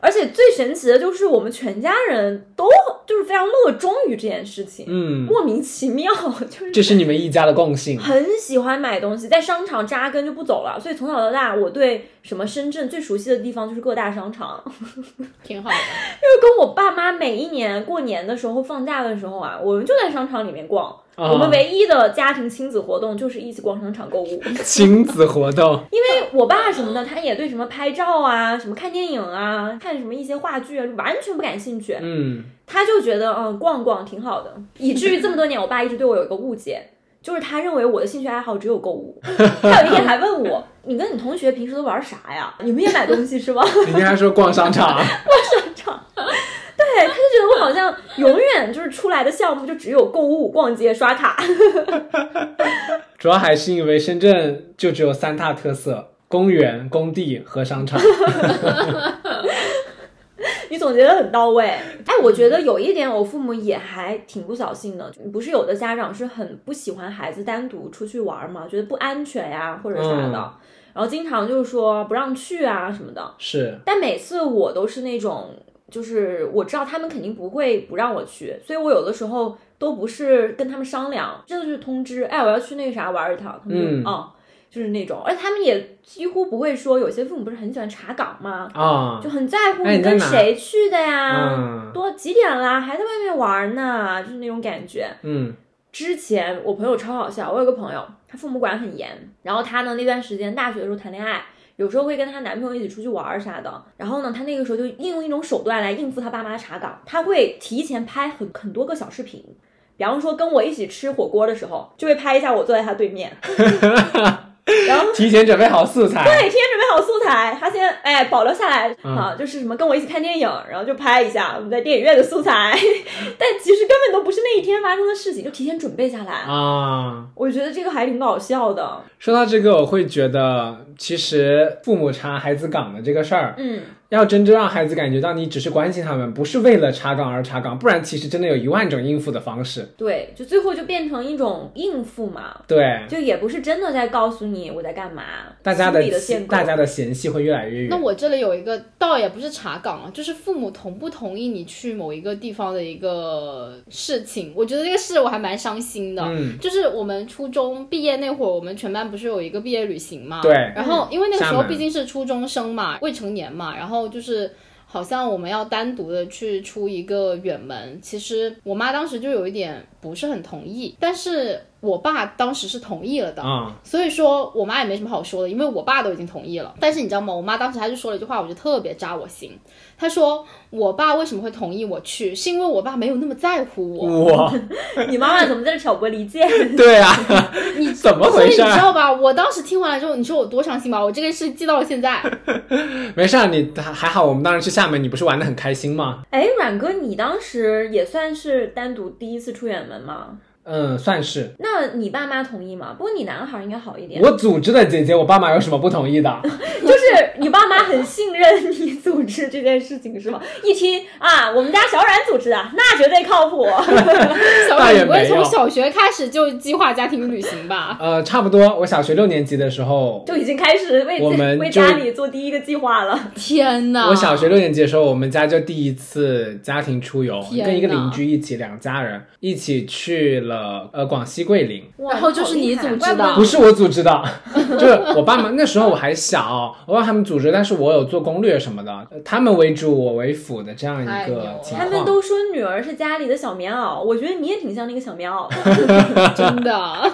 Speaker 1: 而且最神奇的就是我们全家人都就是非常乐衷于这件事情，
Speaker 3: 嗯，
Speaker 1: 莫名其妙，就是
Speaker 3: 这是你们一家的共性。
Speaker 1: 很喜欢买东西，在商场扎根就不走了。所以从小到大，我对什么深圳最熟悉的地方就是各大商场。
Speaker 2: 挺好的，
Speaker 1: 就是跟我爸妈每一年过年的时候、放假的时候啊，我们就在商场里面逛。
Speaker 3: 啊
Speaker 1: 我们唯一的家庭亲子活动就是一起逛商场购物。
Speaker 3: 亲子活动，
Speaker 1: 因为我爸什么的，他也对什么拍照啊、什么看电影啊、看什么一些话剧啊，完全不感兴趣。
Speaker 3: 嗯，
Speaker 1: 他就觉得嗯逛逛挺好的，以至于这么多年，我爸一直对我有一个误解， 就是他认为我的兴趣爱好只有购物。他有一天还问我， 你跟你同学平时都玩啥呀？你们也买东西是吗？
Speaker 3: 你跟他说逛商场，
Speaker 1: 对，他就觉得我好像永远就是出来的项目就只有购物、逛街、刷卡。
Speaker 3: 主要还是因为深圳就只有三大特色：公园、工地和商场。
Speaker 1: 你总结得很到位。哎，我觉得有一点，我父母也还挺不扫兴的。不是有的家长是很不喜欢孩子单独出去玩嘛，觉得不安全呀、或者啥的，
Speaker 3: 嗯
Speaker 1: 然后经常就是说不让去啊什么的。
Speaker 3: 是，
Speaker 1: 但每次我都是那种，就是我知道他们肯定不会不让我去，所以我有的时候都不是跟他们商量，真的是通知，哎，我要去那个啥玩一趟，他们就
Speaker 3: 嗯
Speaker 1: 哦就是那种，而且他们也几乎不会说，有些父母不是很喜欢查岗吗？
Speaker 3: 啊、
Speaker 1: 就很在乎
Speaker 3: 哎
Speaker 1: 你
Speaker 3: 你在
Speaker 1: 跟
Speaker 3: 哪
Speaker 1: 谁去的呀，
Speaker 3: 嗯
Speaker 1: 多几点啦，还在外面玩呢，就是那种感觉。
Speaker 3: 嗯，
Speaker 1: 之前我朋友超好笑，我有个朋友，他父母管得很严，然后他呢那段时间大学的时候谈恋爱，有时候会跟她男朋友一起出去玩儿啥的。然后呢，她那个时候就应用一种手段来应付她爸妈查岗，她会提前拍很很多个小视频。比方说跟我一起吃火锅的时候，就会拍一下我坐在她对面，然后
Speaker 3: 提前准备好素材。
Speaker 1: 对，提前准备好素材，他先哎保留下来、啊，就是什么跟我一起看电影，然后就拍一下我们在电影院的素材， 但其实根本都不是那一天发生的事情，就提前准备下来。
Speaker 3: 啊，
Speaker 1: 我觉得这个还挺搞笑的，
Speaker 3: 说到这个，我会觉得其实父母查孩子岗的这个事儿，
Speaker 1: 嗯，
Speaker 3: 要真正让孩子感觉到你只是关心他们，不是为了查岗而查岗，不然其实真的有一万种应付的方式。
Speaker 1: 对，就最后就变成一种应付嘛，
Speaker 3: 对，
Speaker 1: 就也不是真的在告诉你我在干嘛，
Speaker 3: 嗯大家
Speaker 1: 心
Speaker 3: 的
Speaker 1: 理的建构，
Speaker 3: 大家的嫌隙会越来越
Speaker 2: 那
Speaker 3: 远。
Speaker 2: 我这里有一个，倒也不是查岗了，就是父母同不同意你去某一个地方的一个事情。我觉得这个事我还蛮伤心的。
Speaker 3: 嗯，
Speaker 2: 就是我们初中毕业那会儿，我们全班不是有一个毕业旅行嘛？
Speaker 3: 对
Speaker 2: 然后因为那个时
Speaker 3: 厦
Speaker 2: 候
Speaker 3: 门
Speaker 2: 毕竟是初中生嘛，未成年嘛，然后就是。好像我们要单独的去出一个远门，其实我妈当时就有一点不是很同意，但是我爸当时是同意了的，
Speaker 3: 啊、
Speaker 2: 所以说我妈也没什么好说的，因为我爸都已经同意了。但是你知道吗？我妈当时她就说了一句话，我就特别扎我心。她说我爸为什么会同意我去，是因为我爸没有那么在乎我。
Speaker 3: 我，
Speaker 1: 你妈妈怎么在这挑拨离间？
Speaker 3: 对啊，
Speaker 2: 你
Speaker 3: 怎么回事啊
Speaker 2: 所以你知
Speaker 3: 儿？
Speaker 2: 道吧？我当时听完了之后，你说我多伤心吧？我这个事记到了现在。
Speaker 3: 没事儿，你还还好，我们当时去厦门，你不是玩的很开心吗？
Speaker 1: 哎，阮哥，你当时也算是单独第一次出远门吗？
Speaker 3: 嗯，算是。
Speaker 1: 那你爸妈同意吗？不过你男孩应该好一点，
Speaker 3: 我组织的姐姐，我爸妈有什么不同 意的？
Speaker 1: 就是 你爸妈很信任你组织这件事情是吗？一听啊，我们家小冉组织的，那绝对靠谱。
Speaker 2: 小
Speaker 3: 倒
Speaker 2: 冉，你
Speaker 3: 也
Speaker 2: 不会
Speaker 3: 没有
Speaker 2: 从小学开始就计划家庭旅行吧？
Speaker 3: 呃，差不多，我小学六年级的时候，
Speaker 1: 就已经开始为
Speaker 3: 我们
Speaker 1: 自为
Speaker 3: 就
Speaker 1: 家里做第一个计划了。
Speaker 2: 天哪！
Speaker 3: 我小学六年级的时候，我们家就第一次家庭出游，
Speaker 2: 天
Speaker 3: 跟一个
Speaker 2: 哪
Speaker 3: 邻居一起，两家人一起去了呃广西桂林。
Speaker 1: 哇
Speaker 2: 然后就是你组织的
Speaker 1: 好厉害
Speaker 2: 啊
Speaker 3: 不是我组织的， 就是我爸妈那时候我还小，我让他们组织，但是我有做攻略什么的，呃他们为主，我为辅的这样一
Speaker 2: 太牛
Speaker 3: 个
Speaker 2: 了
Speaker 3: 情
Speaker 1: 他
Speaker 3: 况。
Speaker 1: 们都说女儿是家里的小棉袄，我觉得你也挺像那个小棉袄的。
Speaker 2: 真的。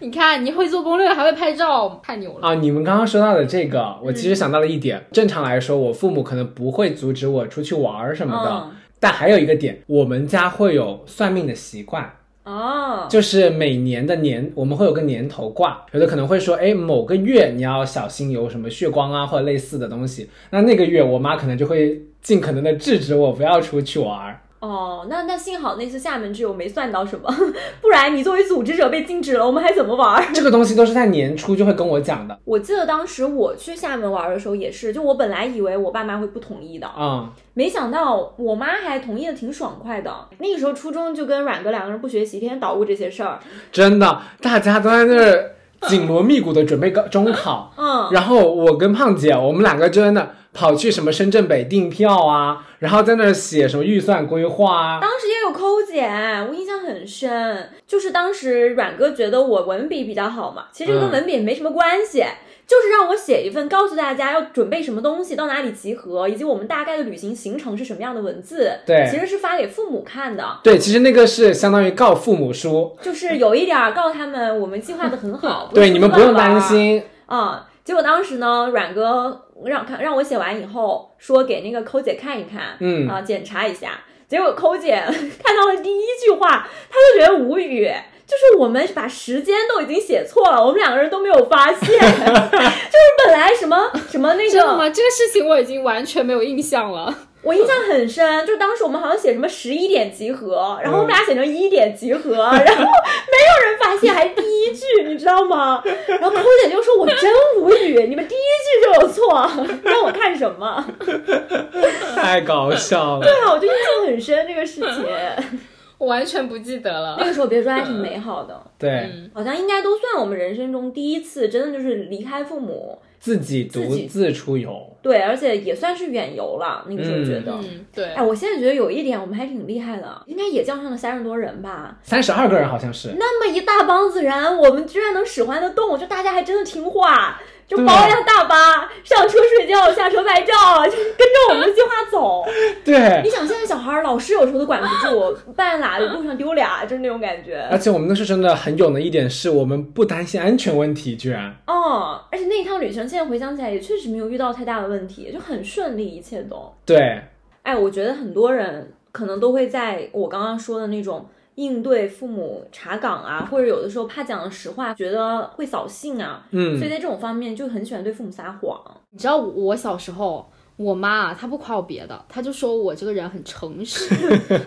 Speaker 2: 你看，你会做攻略，还会拍照，太 牛了！
Speaker 3: 啊，你们刚刚说到的这个，我其实想到了一点。正常来说，我父母可能不会阻止我出去玩儿什么的，
Speaker 1: 嗯
Speaker 3: 但还有一个点，我们家会有算命的习惯，
Speaker 1: 哦，
Speaker 3: 就是每年的年我们会有个年头卦，有的可能会说，哎，某个月你要小心有什么血光啊或者类似的东西。那那个月我妈可能就会尽可能的制止我不要出去玩儿。
Speaker 1: 哦，那那幸好那次厦门之友没算到什么， 不然你作为组织者被禁止了，我们还怎么玩儿？
Speaker 3: 这个东西都是在年初就会跟我讲的
Speaker 1: 我记得当时我去厦门玩的时候也是，就我本来以为我爸妈会不同意的，
Speaker 3: 啊、
Speaker 1: 没想到我妈还同意的挺爽快的。那个时候初中就跟阮哥两个人不学习，天天捣鼓这些事儿。
Speaker 3: 真的，大家都在那儿紧锣密鼓的准备高中考。
Speaker 1: 嗯，
Speaker 3: 然后我跟胖姐，我们两个就在那跑去什么深圳北订票啊，然后在那儿写什么预算规划啊，
Speaker 1: 当时也有抠姐，我印象很深，就是当时阮哥觉得我文笔比较好嘛，其实这个
Speaker 3: 嗯
Speaker 1: 跟文笔也没什么关系。就是让我写一份，告诉大家要准备什么东西，到哪里集合，以及我们大概的旅行行程是什么样的文字。
Speaker 3: 对
Speaker 1: 其实是发给父母看的，
Speaker 3: 对，其实那个是相当于告父 母书，
Speaker 1: 就是有一点儿告诉他们我们计划的很好，是
Speaker 3: 对，你们
Speaker 1: 出
Speaker 3: 不
Speaker 1: 去
Speaker 3: 用
Speaker 1: 乱玩
Speaker 3: 担
Speaker 1: 儿
Speaker 3: 心。
Speaker 1: 啊、结果当时呢，阮哥让看让我写完以后，说给那个抠姐看一看，
Speaker 3: 嗯
Speaker 1: 啊、检查一下。结果抠姐看到了第一句话，她就觉得无语，就是我们把时间都已经写错了，我们两个人都没有发现， 就是本来什么什么那
Speaker 2: 真的
Speaker 1: 个，
Speaker 2: 吗？这个事情我已经完全没有印象了。
Speaker 1: 我印象很深，就当时我们好像写什么十一点集合，然后我们俩写成一点集合，然后没有人发现，还第一句，你知道吗？然后抠姐就说：“我真无语，你们第一句就有错，让我看什么
Speaker 3: 太搞笑了。？”
Speaker 1: 对啊，我就印象很深这个事情。
Speaker 2: 我完全不记得了
Speaker 1: 那。个时候别说还挺美好的，
Speaker 3: 对
Speaker 1: 好像应该都算我们人生中第一次，真的就是离开父母，
Speaker 3: 自己独
Speaker 1: 自己
Speaker 3: 自出游，
Speaker 1: 对，而且也算是远游了。那个时候觉得。
Speaker 2: 嗯，对
Speaker 1: 哎，。我现在觉得有一点我们还挺厉害的，应该也叫上了三十多人吧，
Speaker 3: 三十
Speaker 1: 嗯
Speaker 3: 二个人好像是。
Speaker 1: 那么一大帮子人，我们居然能使唤得动，就大家还真的听话。就包一辆大巴，上车睡觉，下车拍照，就是跟着我们的计划走。
Speaker 3: 对
Speaker 1: 你，想，现在小孩儿老师有时候都管不住， 半拉路上丢俩，就是那种感觉。
Speaker 3: 而且我们那时候真的很勇的一点是我们不担心安全问题，居然
Speaker 1: 哦，而且那一趟旅程现在回想起来也确实没有遇到太大的问题，就很顺利，一切都。
Speaker 3: 对，
Speaker 1: 哎，我觉得很多人可能都会在我刚刚说的那种应对父母查岗啊，或者有的时候怕讲了实话，觉得会扫兴啊，所以
Speaker 3: 嗯，
Speaker 1: 在这种方面就很喜欢对父母撒谎。
Speaker 2: 你知道我小时候，我妈啊她不夸我别的，她就说我这个人很诚实。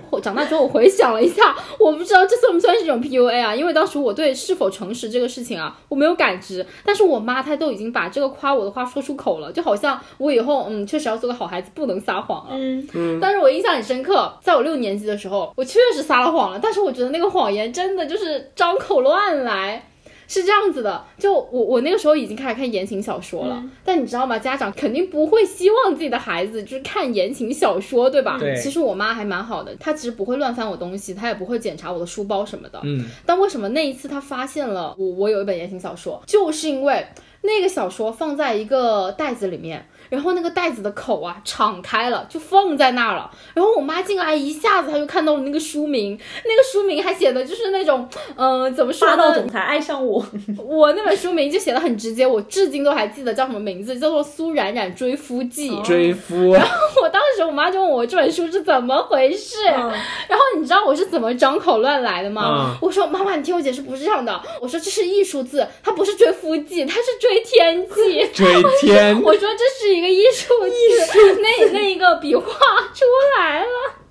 Speaker 2: 我长大之后我回想了一下，我不知道这算不算是一种 PUA 啊？因为当时我对是否诚实这个事情啊，我没有感知。但是我妈她都已经把这个夸我的话说出口了，就好像我以后嗯确实要做个好孩子，不能撒谎啊了。
Speaker 1: 嗯，
Speaker 2: 但是我印象很深刻，在我六年级的时候，我确实撒了谎了，但是我觉得那个谎言真的就是张口乱来。是这样子的，就我我那个时候已经开始看言情小说了，但你知道吗？家长肯定不会希望自己的孩子就是看言情小说，对吧？
Speaker 3: 对
Speaker 2: 其实我妈还蛮好的，她其实不会乱翻我东西，她也不会检查我的书包什么的。
Speaker 3: 嗯，
Speaker 2: 但为什么那一次他发现了我我有一本言情小说，就是因为那个小说放在一个袋子里面，然后那个袋子的口啊敞开了，就放在那儿了。然后我妈进来一下子，她就看到了那个书名，那个书名还写的就是那种，嗯、怎么说
Speaker 1: 霸道
Speaker 2: 呢
Speaker 1: 总？裁爱上我，
Speaker 2: 我那本书名就写的很直接，我至今都还记得叫什么名字，叫做《苏冉冉追夫记》。
Speaker 1: 哦
Speaker 3: 追夫，
Speaker 2: 我当时我妈就问我这本书是怎么回事，
Speaker 1: 嗯
Speaker 2: 然后你知道我是怎么张口乱来的吗？
Speaker 3: 嗯
Speaker 2: 我说妈妈，你听我解释，不是这样的。我说这是艺术字，它不是追夫记，它是追天际。
Speaker 3: 追天，
Speaker 2: 我说这是一个艺术字，那那一个笔画出来了，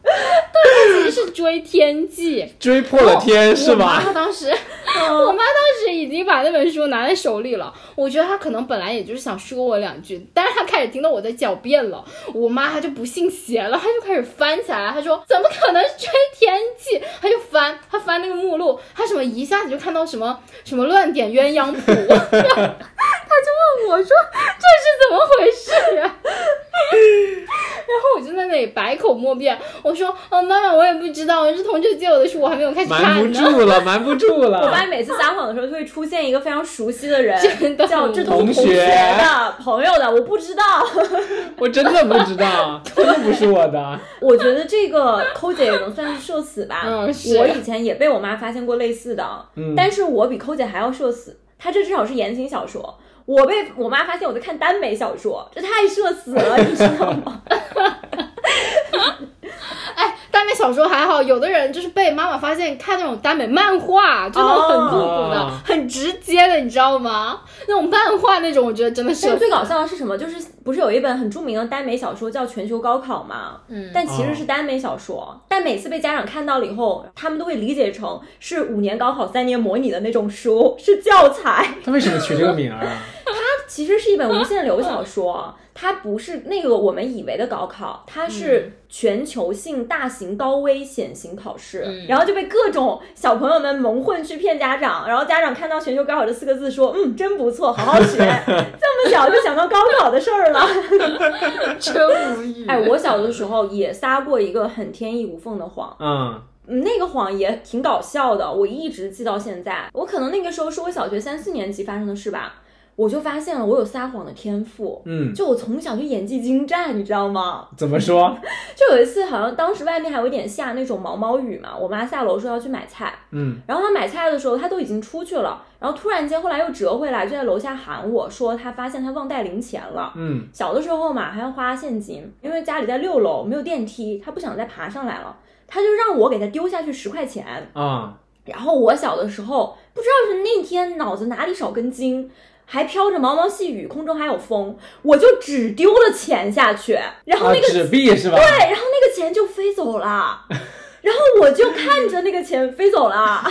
Speaker 2: 对，它其实是追天际。
Speaker 3: 追破了天是
Speaker 2: 我
Speaker 3: 吧？
Speaker 2: 妈当时，
Speaker 1: 嗯
Speaker 2: 我妈当时已经把那本书拿在手里了。我觉得她可能本来也就是想说我两句，但是她开始听到我在狡辩了，我妈她就不信邪了，她就开始翻起来，她说怎么可能是追天际？她就翻，她翻那个目录，她什么一下子就看到什么什么乱点鸳鸯谱， 然后她就问我说这是怎么回事啊？ 然后我就在那里百口莫辩，我说，哦，妈妈，我也不知道，是同学借我的书，我还没有开始
Speaker 3: 瞒不
Speaker 2: 看呢。
Speaker 3: 住了，瞒不住
Speaker 1: 我发
Speaker 3: 了，
Speaker 1: 现每次撒谎的时候就会出现一个非常熟悉的人，
Speaker 2: 真的
Speaker 1: 叫这都
Speaker 3: 同
Speaker 1: 是
Speaker 3: 学
Speaker 1: 同学的朋友的，我不知道。
Speaker 3: 我真的不知道，真的不是我的，
Speaker 1: 我觉得这个抠姐也能算是社死吧。
Speaker 2: 嗯是
Speaker 1: 我以前也被我妈发现过类似的，
Speaker 3: 嗯
Speaker 1: 但是我比抠姐还要社死。她这至少是言情小说，我被我妈发现我在看耽美小说，这太社死了，你知道 吗？
Speaker 2: 哎，耽美小说还好，有的人就是被妈妈发现看那种耽美漫画，就那种很露骨的、
Speaker 3: 哦
Speaker 2: 很直接的，你知道吗？那种漫画那种，我觉得真的
Speaker 1: 但
Speaker 2: 是
Speaker 1: 是最搞笑的是什么？就是不是有一本很著名的耽美小说叫《全球高考》吗？
Speaker 2: 嗯
Speaker 1: 但其实是耽美小说，但每次被家长看到了以后，他们都会理解成是五年高考三年模拟的那种书，是教材。
Speaker 3: 他为什么取这个名儿啊？
Speaker 1: 其实是一本无限流小说，啊它不是那个我们以为的高考，它是全球性大型高危险型考试，
Speaker 2: 嗯
Speaker 1: 然后就被各种小朋友们蒙混去骗家长，然后家长看到“全球高考”这四个字说：“嗯，真不错，好好学。”这么小就想到高考的事儿了。
Speaker 2: 真无 语
Speaker 1: 哎，我小的时候也撒过一个很天衣无缝的谎，
Speaker 3: 嗯，
Speaker 1: 嗯那个谎也挺搞笑的，我一直记到现在。我可能那个时候是我小学三四年级发生的事吧，我就发现了我有撒谎的天赋。
Speaker 3: 嗯，
Speaker 1: 就我从小就演技精湛，你知道吗？
Speaker 3: 怎么说？
Speaker 1: 就有一次，好像当时外面还有一点下那种毛毛雨嘛，我妈下楼说要去买菜，
Speaker 3: 嗯，
Speaker 1: 然后她买菜的时候，她都已经出去了，然后突然间后来又折回来，就在楼下喊我说她发现她忘带零钱了。
Speaker 3: 嗯，
Speaker 1: 小的时候嘛，还要花现金，因为家里在六楼没有电梯，她不想再爬上来了，她就让我给她丢下去十块钱。
Speaker 3: 啊，
Speaker 1: 然后我小的时候不知道是那天脑子哪里少根筋，还飘着毛毛细雨，空中还有风，我就只丢了钱下去，然后
Speaker 3: 啊，
Speaker 1: 那个、
Speaker 3: 纸币是吧？
Speaker 1: 对，然后那个钱就飞走了。然后我就看着那个钱飞走了，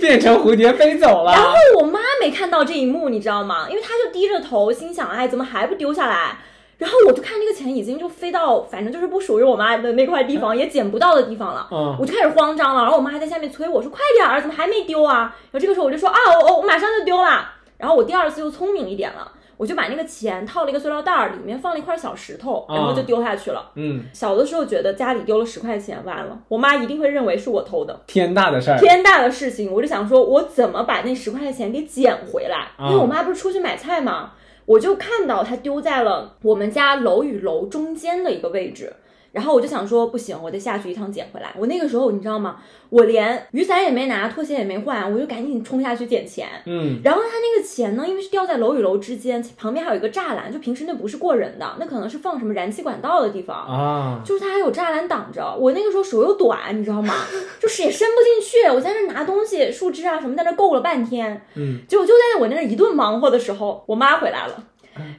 Speaker 3: 变成蝴蝶飞走了。
Speaker 1: 然后我妈没看到这一幕，你知道吗？因为她就低着头，心想：哎，怎么还不丢下来？然后我就看那个钱已经就飞到，反正就是不属于我妈的那块地方，也捡不到的地方了。
Speaker 3: 嗯
Speaker 1: 我就开始慌张了，然后我妈还在下面催我说：“快点儿，怎么还没丢啊？”然后这个时候我就说：“啊，我我我马上就丢啦。”然后我第二次又聪明一点了，我就把那个钱套了一个塑料袋儿，里面放了一块小石头，然后就丢下去了。
Speaker 3: 嗯，
Speaker 1: 小的时候觉得家里丢了十块钱完了，我妈一定会认为是我偷的，
Speaker 3: 天大的事儿。
Speaker 1: 天大的事情，我就想说，我怎么把那十块钱给捡回来？因为我妈不是出去买菜嘛，我就看到它丢在了我们家楼与楼中间的一个位置。然后我就想说，不行，我得下去一趟捡回来。我那个时候你知道吗？我连雨伞也没拿，拖鞋也没换，我就赶紧冲下去捡钱。
Speaker 3: 嗯，
Speaker 1: 然后它那个钱呢，因为是掉在楼与楼之间，旁边还有一个栅栏，就平时那不是过人的，那可能是放什么燃气管道的地方，
Speaker 3: 啊，
Speaker 1: 就是它还有栅栏挡着。我那个时候手又短，你知道吗？就是也伸不进去。我在那拿东西、树枝啊什么，在那够了半天。
Speaker 3: 嗯，
Speaker 1: 结果就在我那一顿忙活的时候，我妈回来了，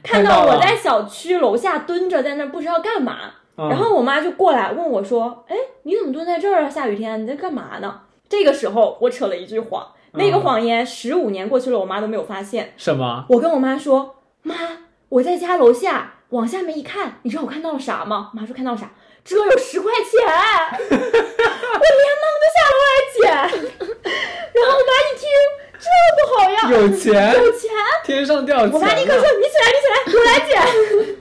Speaker 1: 看
Speaker 3: 哎到
Speaker 1: 到
Speaker 3: 了
Speaker 1: 我在小区楼下蹲着，在那不知道干嘛。
Speaker 3: 嗯
Speaker 1: 然后我妈就过来问我说：“哎，你怎么蹲在这儿啊？下雨天你在干嘛呢？”这个时候我扯了一句谎，那个
Speaker 3: 嗯
Speaker 1: 谎言十五年过去了，我妈都没有发现。
Speaker 3: 什么？
Speaker 1: 我跟我妈说：“妈，我在家楼下往下面一看，你知道我看到了啥吗？”我妈说：“看到啥？这有十块钱！”我连忙就下楼来捡。然后我妈一听，这不好呀，
Speaker 3: 有钱，
Speaker 1: 有钱！
Speaker 3: 天上掉
Speaker 1: 我妈立
Speaker 3: 钱
Speaker 1: 刻
Speaker 3: 了
Speaker 1: 说：“你起来，你起来，我来捡。”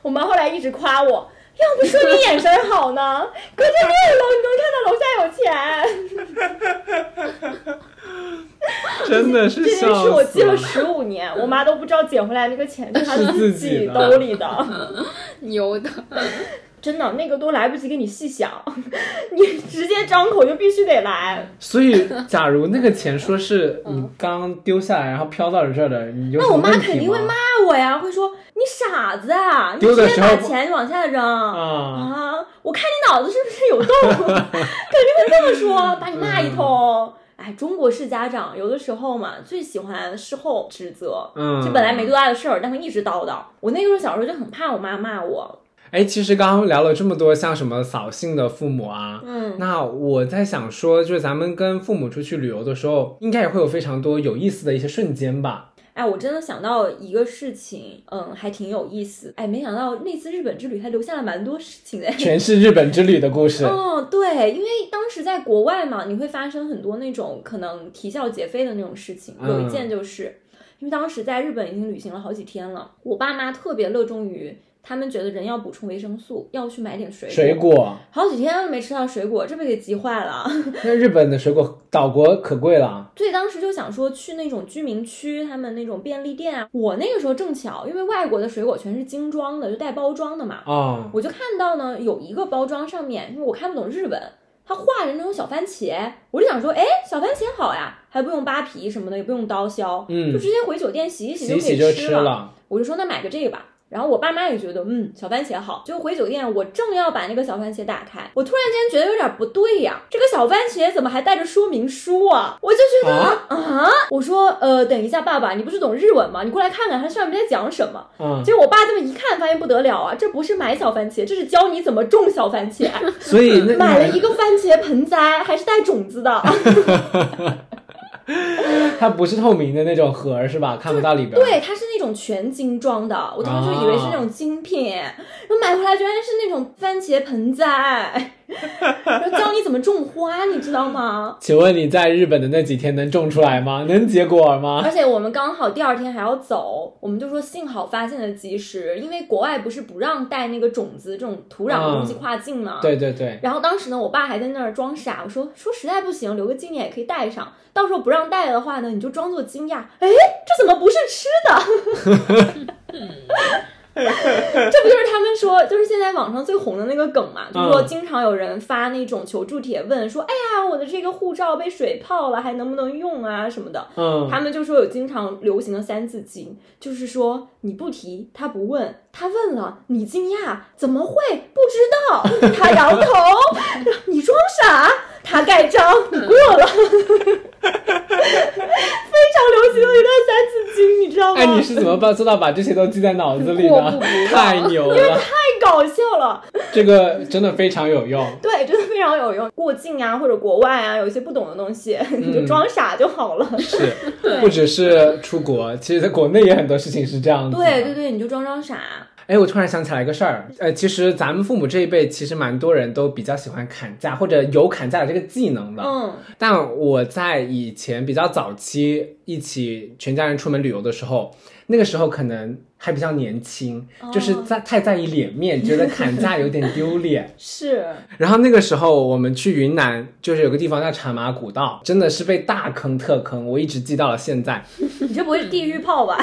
Speaker 1: 我妈后来一直夸我，要不说你眼神好呢，隔着六楼你能看到楼下 有钱。
Speaker 3: 真的是
Speaker 1: 这件
Speaker 3: 笑死
Speaker 1: 事我记了十五年，我妈都不知道捡回来那个钱是她
Speaker 3: 是自己
Speaker 1: 己
Speaker 3: 的
Speaker 1: 兜里的。
Speaker 2: 牛的，
Speaker 1: 真的，那个都来不及给你细想， 你直接张口就必须得来。
Speaker 3: 所以，假如那个钱说是你刚丢下来，然后飘到你这儿的，你有
Speaker 1: 嗯
Speaker 3: 什
Speaker 1: 那
Speaker 3: 么
Speaker 1: 我妈
Speaker 3: 问
Speaker 1: 肯
Speaker 3: 题
Speaker 1: 定会
Speaker 3: 吗
Speaker 1: 骂？我呀，会说你傻子啊，你
Speaker 3: 丢的
Speaker 1: 直
Speaker 3: 时
Speaker 1: 接
Speaker 3: 候
Speaker 1: 把
Speaker 3: 不
Speaker 1: 钱往下扔
Speaker 3: 啊
Speaker 1: 啊！我看你脑子是不是有洞， 肯定会这么说，把你骂一
Speaker 3: 嗯
Speaker 1: 通。哎，中国式家长有的时候嘛，最喜欢事后指责。
Speaker 3: 嗯，
Speaker 1: 就本来没多大的事儿，但会一直叨叨。我那个时候小时候就很怕我妈骂我。
Speaker 3: 哎，其实刚刚聊了这么多，像什么扫兴的父母啊，
Speaker 1: 嗯，
Speaker 3: 那我在想说，就是咱们跟父母出去旅游的时候，应该也会有非常多有意思的一些瞬间吧？
Speaker 1: 哎，我真的想到一个事情，嗯，还挺有意思。哎，没想到那次日本之旅还留下了蛮多事情的。
Speaker 3: 全是日本之旅的故事。
Speaker 1: 哦，对，因为当时在国外嘛，你会发生很多那种可能啼笑皆非的那种事情。有一件就是，因为当时在日本已经旅行了好几天了，我爸妈特别热衷于，他们觉得人要补充维生素，要去买点水果。
Speaker 3: 水果，
Speaker 1: 好几天没吃到水果，这被给急坏了。
Speaker 3: 那日本的水果岛国可贵了。
Speaker 1: 所以当时就想说去那种居民区，他们那种便利店啊。我那个时候正巧，因为外国的水果全是精装的，就带包装的嘛，
Speaker 3: 哦，
Speaker 1: 我就看到呢有一个包装上面，因为我看不懂日文，它画着那种小番茄，我就想说，哎，小番茄好呀，还不用扒皮什么的，也不用刀削，
Speaker 3: 嗯
Speaker 1: 就直接回酒店洗一洗
Speaker 3: 洗
Speaker 1: 就
Speaker 3: 一
Speaker 1: 可以
Speaker 3: 洗就
Speaker 1: 吃
Speaker 3: 吃了。
Speaker 1: 我就说那买个这个吧。然后我爸妈也觉得，嗯，小番茄好。就回酒店，我正要把那个小番茄打开，我突然间觉得有点不对呀、这个小番茄怎么还带着说明书啊？我就觉得
Speaker 3: 啊
Speaker 1: 啊我说呃，等一下，爸爸，你不是懂日文吗？你过来看看它上面在讲什么。
Speaker 3: 嗯，
Speaker 1: 结果我爸这么一看，发现不得了啊，这不是买小番茄，这是教你怎么种小番茄。
Speaker 3: 所以那
Speaker 1: 买了一个番茄盆栽，还是带种子的。
Speaker 3: 它不是透明的那种盒儿是吧？看不到里边。
Speaker 1: 对，它是那种全精装的，我当时就以为是那种精品，然后买回来居然是那种番茄盆栽， 然后教你怎么种花，你知道吗？
Speaker 3: 请问你在日本的那几天能种出来吗？能结果吗？
Speaker 1: 而且我们刚好第二天还要走，我们就说幸好发现的及时，因为国外不是不让带那个种子这种土壤的东西
Speaker 3: 嗯
Speaker 1: 跨境吗？
Speaker 3: 对对对，
Speaker 1: 然后当时呢，我爸还在那儿装傻，我说说实在不行，留个纪念也可以带上。到时候不让带的话呢，你就装作惊讶，哎，这怎么不是吃的？ 这不就是他们说，就是现在网上最红的那个梗嘛？就是说，
Speaker 3: 嗯
Speaker 1: 经常有人发那种求助帖问说，哎呀，我的这个护照被水泡了，还能不能用啊什么的。
Speaker 3: 嗯，
Speaker 1: 他们就说有经常流行的三字经，就是说你不提，他不问，他问了，你惊讶，怎么会不知道？ 他摇头，你装傻，他盖章，你过了。 非常流行的一段三字经，你知道吗？
Speaker 3: 哎，你是怎么办做到把这些都记在脑子里
Speaker 2: 过目
Speaker 3: 的
Speaker 2: 不？ 忘
Speaker 3: 太牛了，
Speaker 1: 太搞笑了，
Speaker 3: 这个真的非常有用。
Speaker 1: 对，真的非常有用。过境啊，或者国外啊，有一些不懂的东西， 你就装傻就好了。
Speaker 3: 是，不只是出国，其实在国内也很多事情是这样子。
Speaker 1: 对对。对，你就装装傻。
Speaker 3: 哎，我突然想起来一个事儿，呃，其实咱们父母这一辈，其实蛮多人都比较喜欢砍价，或者有砍价的这个技能的。
Speaker 1: 嗯
Speaker 3: 但我在以前比较早期一起全家人出门旅游的时候，那个时候可能还比较年轻，就是
Speaker 1: 哦
Speaker 3: 在太在意脸面，觉得砍价有点丢脸。
Speaker 1: 是
Speaker 3: 然后那个时候我们去云南，就是有个地方叫茶马古道，真的是被大坑特坑，我一直记到了现在。
Speaker 1: 你这不会是地狱炮吧？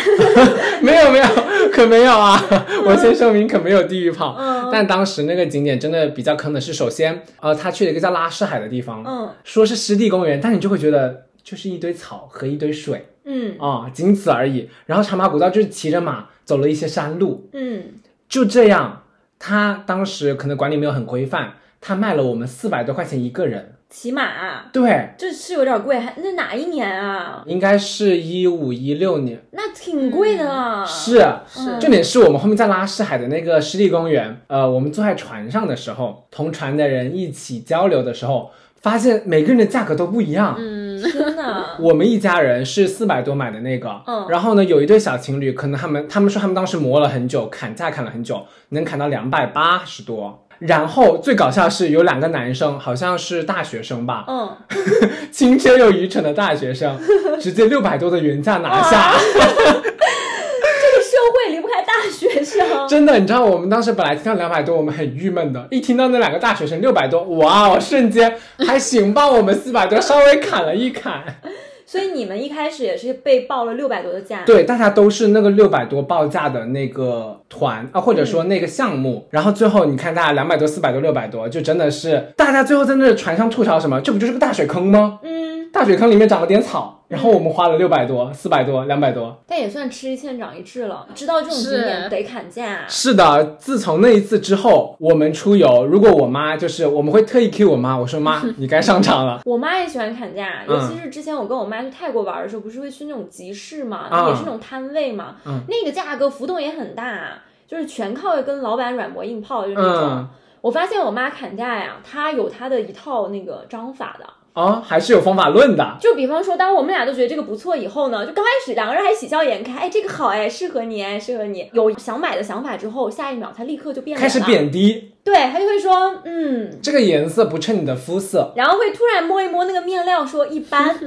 Speaker 3: 没有没有，可没有啊！ 我先声明，可没有地狱炮。
Speaker 1: 嗯
Speaker 3: 但当时那个景点真的比较坑的是，首先，呃，他去了一个叫拉市海的地方，
Speaker 1: 嗯
Speaker 3: 说是湿地公园，但你就会觉得就是一堆草和一堆水
Speaker 1: 嗯
Speaker 3: 啊、仅此而已。然后茶马古道就是骑着马走了一些山路，
Speaker 1: 嗯，
Speaker 3: 就这样，他当时可能管理没有很规范，他卖了我们四百多块钱一个人。
Speaker 1: 骑马
Speaker 3: 对，
Speaker 1: 啊这是有点贵，还那哪一年啊？
Speaker 3: 应该是一五一六年，
Speaker 1: 那挺贵的啊嗯了。
Speaker 3: 嗯是啊
Speaker 1: 是
Speaker 3: 重点是我们后面在拉市海的那个湿地公园，呃，我们坐在船上的时候，同船的人一起交流的时候，发现每个人的价格都不一样。
Speaker 2: 嗯，
Speaker 1: 真的，
Speaker 3: 我们一家人是四百多买的那个，
Speaker 1: 嗯
Speaker 3: 然后呢，有一对小情侣，可能他们他们说他们当时磨了很久，砍价砍了很久，能砍到两百八十多。然后最搞笑是有两个男生，好像是大学生吧，
Speaker 1: 嗯，
Speaker 3: 青春又愚蠢的大学生，直接六百多的原价拿下。
Speaker 1: 哦 这个社会离不开大学生。
Speaker 3: 真的，你知道我们当时本来听到两百多，我们很郁闷的，一听到那两个大学生六百多，哇哦，瞬间还行吧，我们四百多稍微砍了一砍。
Speaker 1: 所以你们一开始也是被报了六百多的价，
Speaker 3: 对，大家都是那个六百多报价的那个团啊，或者说那个项目，然后最后你看大家两百多、四百多、六百多，就真的是大家最后在那船上吐槽什么，这不就是个大水坑吗？
Speaker 1: 嗯，
Speaker 3: 大水坑里面长了点草，然后我们花了六百多、四百多、两百多，
Speaker 1: 但也算吃一堑长一智了，知道这种景点
Speaker 2: 是
Speaker 1: 得砍价。
Speaker 3: 是的，自从那一次之后，我们出游，如果我妈就是我们会特意 Q 我妈，我说 妈，你该上场了。
Speaker 1: 我妈也喜欢砍价，
Speaker 3: 嗯
Speaker 1: 尤其是之前我跟我妈去泰国玩的时候，不是会去那种集市嘛，
Speaker 3: 啊
Speaker 1: 也是那种摊位嘛，
Speaker 3: 嗯
Speaker 1: 那个价格浮动也很大，就是全靠跟老板软磨硬泡，就是那种。
Speaker 3: 嗯，
Speaker 1: 我发现我妈砍价呀，她有她的一套那个章法的。
Speaker 3: 哦，还是有方法论的。
Speaker 1: 就比方说，当我们俩都觉得这个不错以后呢，就刚开始两个人还喜笑颜开，哎，这个好哎，适合你哎，适合你。有想买的想法之后，下一秒她立刻就变脸
Speaker 3: 开
Speaker 1: 了
Speaker 3: 始，贬低
Speaker 1: 对，她就会说嗯，
Speaker 3: 这个颜色不衬你的肤色，
Speaker 1: 然后会突然摸一摸那个面料，说一般，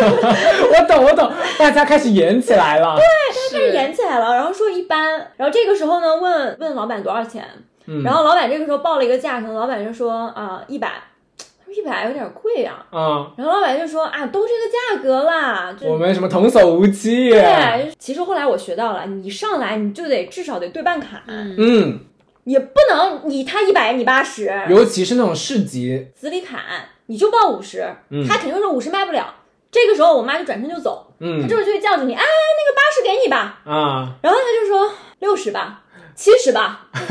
Speaker 3: 我懂我懂，大家开始演起来了。
Speaker 1: 开始演起来了，然后说一般，然后这个时候呢，问问老板多少钱，
Speaker 3: 嗯
Speaker 1: 然后老板这个时候报了一个价，可能老板就说啊一百，他说一百有点贵啊，
Speaker 3: 啊、
Speaker 1: 然后老板就说啊都这个价格啦，就
Speaker 3: 我们什么童叟无欺？
Speaker 1: 对，其实后来我学到了，你上来你就得至少得对半砍，
Speaker 2: 嗯
Speaker 3: 嗯，
Speaker 1: 也不能你他一百你八十，
Speaker 3: 尤其是那种市集，
Speaker 1: 死里砍，你就报五十、
Speaker 3: 嗯
Speaker 1: 他肯定说五十卖不了。这个时候我妈就转身就走，她
Speaker 3: 嗯
Speaker 1: 这时候就会叫住你，哎，那个八十给你吧，
Speaker 3: 啊，
Speaker 1: 然后她就说六十吧，七十 吧，然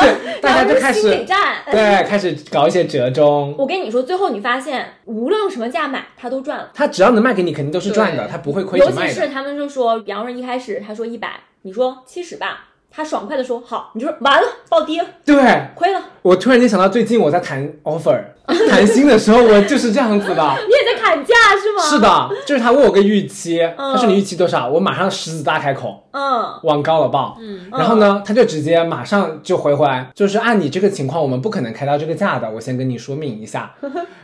Speaker 1: 后
Speaker 3: 大家
Speaker 1: 然后
Speaker 3: 就开
Speaker 1: 是心理
Speaker 3: 始
Speaker 1: 战。
Speaker 3: 对开始搞一些折中。
Speaker 1: 我跟你说，最后你发现无论用什么价买，她都赚了。
Speaker 3: 他只要能卖给你，肯定都是赚的，
Speaker 2: 对
Speaker 3: 他不会亏
Speaker 1: 尤
Speaker 3: 着
Speaker 1: 其
Speaker 3: 卖
Speaker 1: 是
Speaker 3: 的。
Speaker 1: 他们就说，比方说一开始他说一百，你说七十吧，他爽快的说好，你就说完了，暴跌了，
Speaker 3: 对，
Speaker 1: 亏了，
Speaker 3: 我突然间想到，最近我在谈 offer 谈薪的时候，我就是这样子的。
Speaker 1: 你也在砍价是吗？
Speaker 3: 是，的，就是他问我个预期，他说你预期多少，我马上狮子大开口，
Speaker 1: 嗯，
Speaker 3: 往高了报。
Speaker 2: 嗯，
Speaker 3: 然后呢，他就直接马上就回回来，就是按你这个情况，我们不可能开到这个价的，我先跟你说明一下。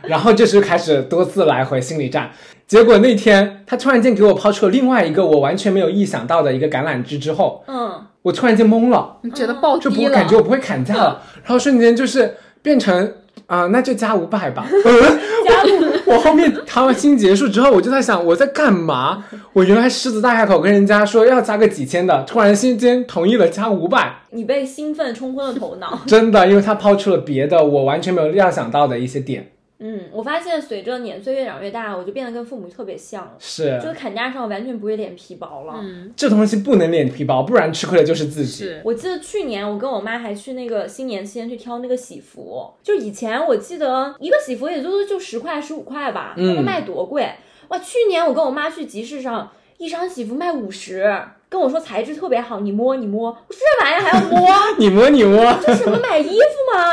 Speaker 3: 然后就是开始多次来回心理战。结果那天他突然间给我抛出了另外一个我完全没有意想到的一个橄榄枝之后，
Speaker 1: 嗯，
Speaker 3: 我突然间懵了。
Speaker 2: 你嗯觉得暴
Speaker 3: 就不
Speaker 2: 低
Speaker 3: 会
Speaker 2: 了，
Speaker 3: 感觉我不会砍价了，然后瞬间就是变成啊、那就加五百吧。嗯，
Speaker 1: 加入
Speaker 3: 我后面谈完心结束之后，我就在想我在干嘛？我原来狮子大开口跟人家说要加个几千的，突然瞬间同意了加五百，
Speaker 1: 你被兴奋冲昏了头脑。
Speaker 3: 真的，因为他抛出了别的我完全没有料想到的一些点，
Speaker 1: 嗯，我发现随着年岁越长越大，我就变得跟父母特别像了，
Speaker 3: 是
Speaker 1: 就是砍价上完全不会脸皮薄了。
Speaker 2: 嗯，
Speaker 3: 这东西不能脸皮薄，不然吃亏的就是自己。
Speaker 2: 是，
Speaker 1: 我记得去年我跟我妈还去那个新年期间去挑那个喜服，就以前我记得一个喜服也就就十块十五块吧，
Speaker 3: 嗯
Speaker 1: 那个卖多贵？哇，去年我跟我妈去集市上，一张喜服卖五十，跟我说材质特别好，你摸你摸，我说这玩意儿还要摸？
Speaker 3: 你摸你摸，
Speaker 1: 这什么买衣服吗？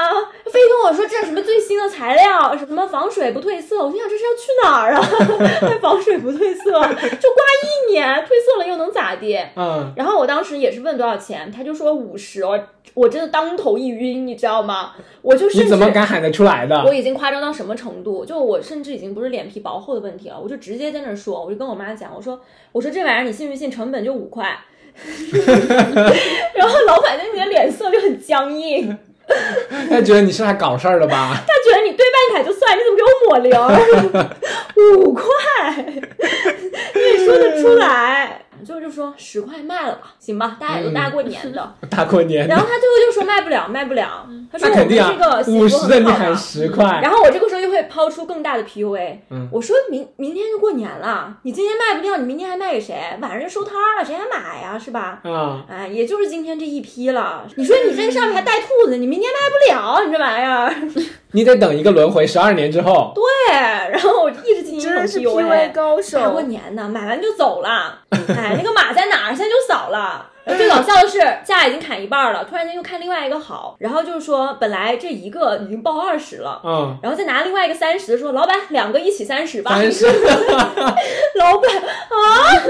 Speaker 1: 非跟我说这是什么最新的材料，什么防水不褪色，我心想这是要去哪儿啊？ 还防水不褪色，就刮一年，褪色了又能咋地？
Speaker 3: 嗯，
Speaker 1: 然后我当时也是问多少钱，他就说五十，我我真的当头一晕，你知道吗？我就甚
Speaker 3: 你
Speaker 1: 至
Speaker 3: 怎么敢喊得出来
Speaker 1: 我
Speaker 3: 的？
Speaker 1: 已经夸张到什么程度？就我甚至已经不是脸皮薄厚的问题了，我就直接在那儿说，我就跟我妈讲，我说我说这玩意儿你信不信？成本就五块。 然后老板对你的脸色就很僵硬，
Speaker 3: 他觉得你是来搞事儿 的吧？
Speaker 1: 他觉得你对半凯就算，你怎么给我抹零儿？ 五块，你也说得出来？最后就说十块卖了吧，行吧，大家也都大过年的。
Speaker 3: 大过年的
Speaker 1: 然后，他最后就说卖不了，卖不了。他说
Speaker 3: 哎那
Speaker 1: 我
Speaker 3: 肯
Speaker 1: 们
Speaker 3: 定啊
Speaker 1: 这个，写
Speaker 3: 五
Speaker 1: 作
Speaker 3: 十的
Speaker 1: 很
Speaker 3: 你
Speaker 1: 好
Speaker 3: 喊
Speaker 1: 嘛。
Speaker 3: 十块，
Speaker 1: 然后我这个时候就会抛出更大的 PUA，、
Speaker 3: 嗯
Speaker 1: 我说明明天就过年了，你今天卖不掉，你明天还卖给谁？晚上就收摊儿了，谁还买呀？是吧？
Speaker 3: 啊，
Speaker 1: 哎，也就是今天这一批了。你说你这上面还带兔子，你明天卖不了，你这玩意儿。
Speaker 3: 你得等一个轮回十二年之后，
Speaker 1: 对，然后我一直听你
Speaker 4: 真的是 PUA
Speaker 1: PUA，
Speaker 4: 高手。
Speaker 1: 哎
Speaker 2: 哎
Speaker 1: 大过年的，买完就走了。哎，那个码在哪儿？现在就扫了。最搞笑的是，价已经砍一半了，突然间又看另外一个好，然后就是说，本来这一个已经报二十了，
Speaker 3: 嗯，
Speaker 1: 然后再拿另外一个三十的说，老板两个一起三十吧。
Speaker 3: 三十。
Speaker 1: 老板，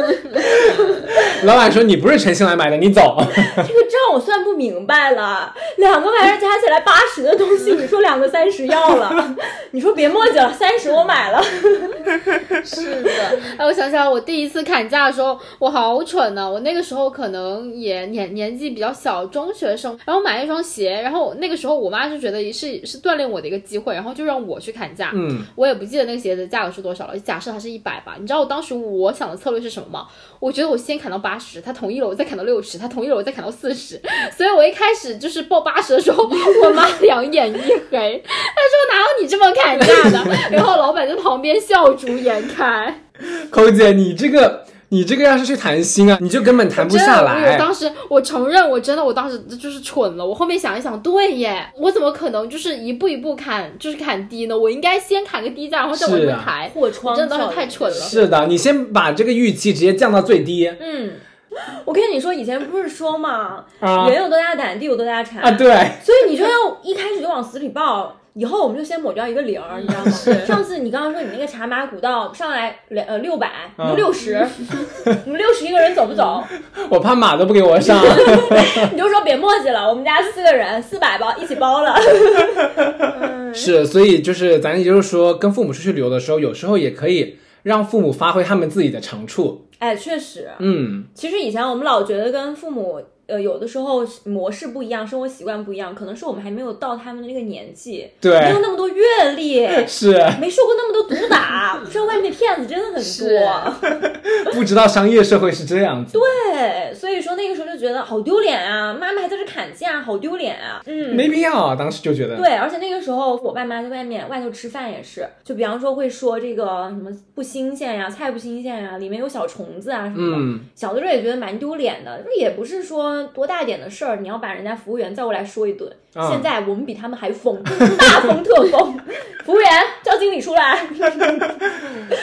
Speaker 3: 老板说你不是诚心来买的，你走。
Speaker 1: 这个账我算不明白了，两个玩意儿加起来八十的东西，你说两个三十要了， 你说别墨迹了，三十我买了。
Speaker 2: 是的，哎，我想起来，我第一次砍价的时候，我好蠢呢、我那个时候可能也年年纪比较小，中学生，然后买一双鞋，然后那个时候我妈就觉得是是锻炼我的一个机会，然后就让我去砍价。
Speaker 3: 嗯，
Speaker 2: 我也不记得那个鞋子价格是多少了，假设它是一百吧。你知道我当时我想的策略是什么吗？我觉得我先砍到八十，他同意了，我再砍到六十，他同意了，我再砍到四十。 所以我一开始就是报八十的时候， 我妈两眼一黑，她说哪有你这么砍价 的？然后老板在旁边笑逐颜开。
Speaker 3: 抠姐，你这个你这个要是去谈心啊，你就根本谈不下
Speaker 2: 真的，我有
Speaker 3: 来。
Speaker 2: 当时我承认，我真的我当时就是蠢了。我后面想一想，对耶，我怎么可能就是一步一步砍，就是砍低呢？我应该先砍个低价，然后再往
Speaker 3: 是
Speaker 2: 上
Speaker 3: 啊
Speaker 2: 抬。
Speaker 1: 破窗
Speaker 2: 真的当时
Speaker 1: 效
Speaker 2: 太
Speaker 1: 应
Speaker 2: 蠢了。
Speaker 3: 是的，你先把这个预期直接降到最低
Speaker 1: 嗯，我跟你说，以前不是说嘛，
Speaker 3: 啊
Speaker 1: 人有多大胆，地有多大产，
Speaker 3: 啊！对，
Speaker 1: 所以你就要一开始就往死里报。以后我们就先抹掉一个零儿，你知道吗？上次你刚刚说你那个茶马古道上来两呃六百，你
Speaker 3: 嗯
Speaker 1: 就六十，你们六十一个人走不 走？
Speaker 3: 我怕马都不给我上。
Speaker 1: 你就说别墨迹了，我们家四个人四百包一起包了。
Speaker 3: 是，所以就是咱也就是说，跟父母出去旅游的时候，有时候也可以让父母发挥他们自己的长处。
Speaker 1: 哎，确实，
Speaker 3: 嗯，
Speaker 1: 其实以前我们老觉得跟父母，呃，有的时候模式不一样，生活习惯不一样，可能是我们还没有到他们的那个年纪，没有
Speaker 3: 对，
Speaker 1: 那么多阅历，
Speaker 3: 是
Speaker 1: 没受过那么多毒打， 不知道外面的骗子真的很
Speaker 2: 是
Speaker 1: 多。
Speaker 3: 不知道商业社会是这样子，
Speaker 1: 对，所以说那个时候就觉得好丢脸啊，妈妈还在这砍价，好丢脸啊。嗯，
Speaker 3: 没必要啊。当时就觉得，
Speaker 1: 对，而且那个时候我爸妈在外面外头吃饭也是，就比方说会说这个什么不新鲜呀、菜不新鲜呀，里面有小虫子啊什么的。
Speaker 3: 嗯，
Speaker 1: 小的时候也觉得蛮丢脸的，就是也不是说多大一点的事儿，你要把人家服务员叫过来说一顿。
Speaker 3: 啊
Speaker 1: 现在我们比他们还疯， 大疯特疯。 服务员叫经理出 来，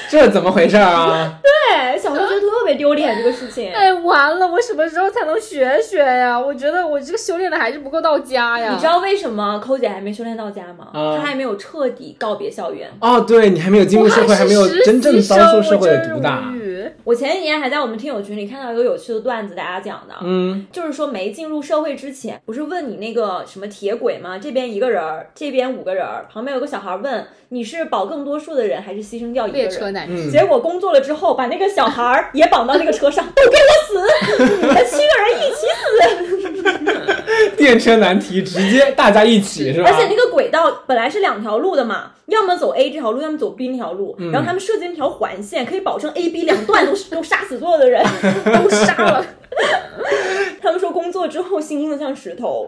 Speaker 3: 这怎么回事儿啊？
Speaker 1: 对，小时候觉得特别丢脸这个事情。
Speaker 4: 哎，完了，我什么时候才能学学呀？我觉得我这个修炼的还是不够到家呀。
Speaker 1: 你知道为什么抠姐还没修炼到家吗？
Speaker 3: 啊
Speaker 1: 她还没有彻底告别校园。
Speaker 3: 哦，对你还没有进入社会，还没有真正遭受社会的毒
Speaker 4: 我
Speaker 3: 打
Speaker 4: 真。是无语
Speaker 1: 我前几年还在我们听友群里看到一个有趣的段子，大家讲的，
Speaker 3: 嗯，
Speaker 1: 就是说没进入社会之前，不是问你那个什么铁轨吗？这边一个人儿，这边五个人儿，旁边有个小孩儿问你是保更多数的人，还是牺牲掉一个
Speaker 2: 列车
Speaker 1: 人？
Speaker 2: 男
Speaker 3: 嗯
Speaker 1: 结果工作了之后，把那个小孩儿也绑到那个车上， 都给我死！你 们七个人一起死！
Speaker 3: 电车难题直接大家一起是吧
Speaker 1: 而？且那个轨道本来是两条路的嘛，要么走 A 这条路，要么走 B 那条路。然后他们设计那条环线，可以保证 A、B 两段都都杀死所有的人，都杀了。他们说工作之后心硬的像石头，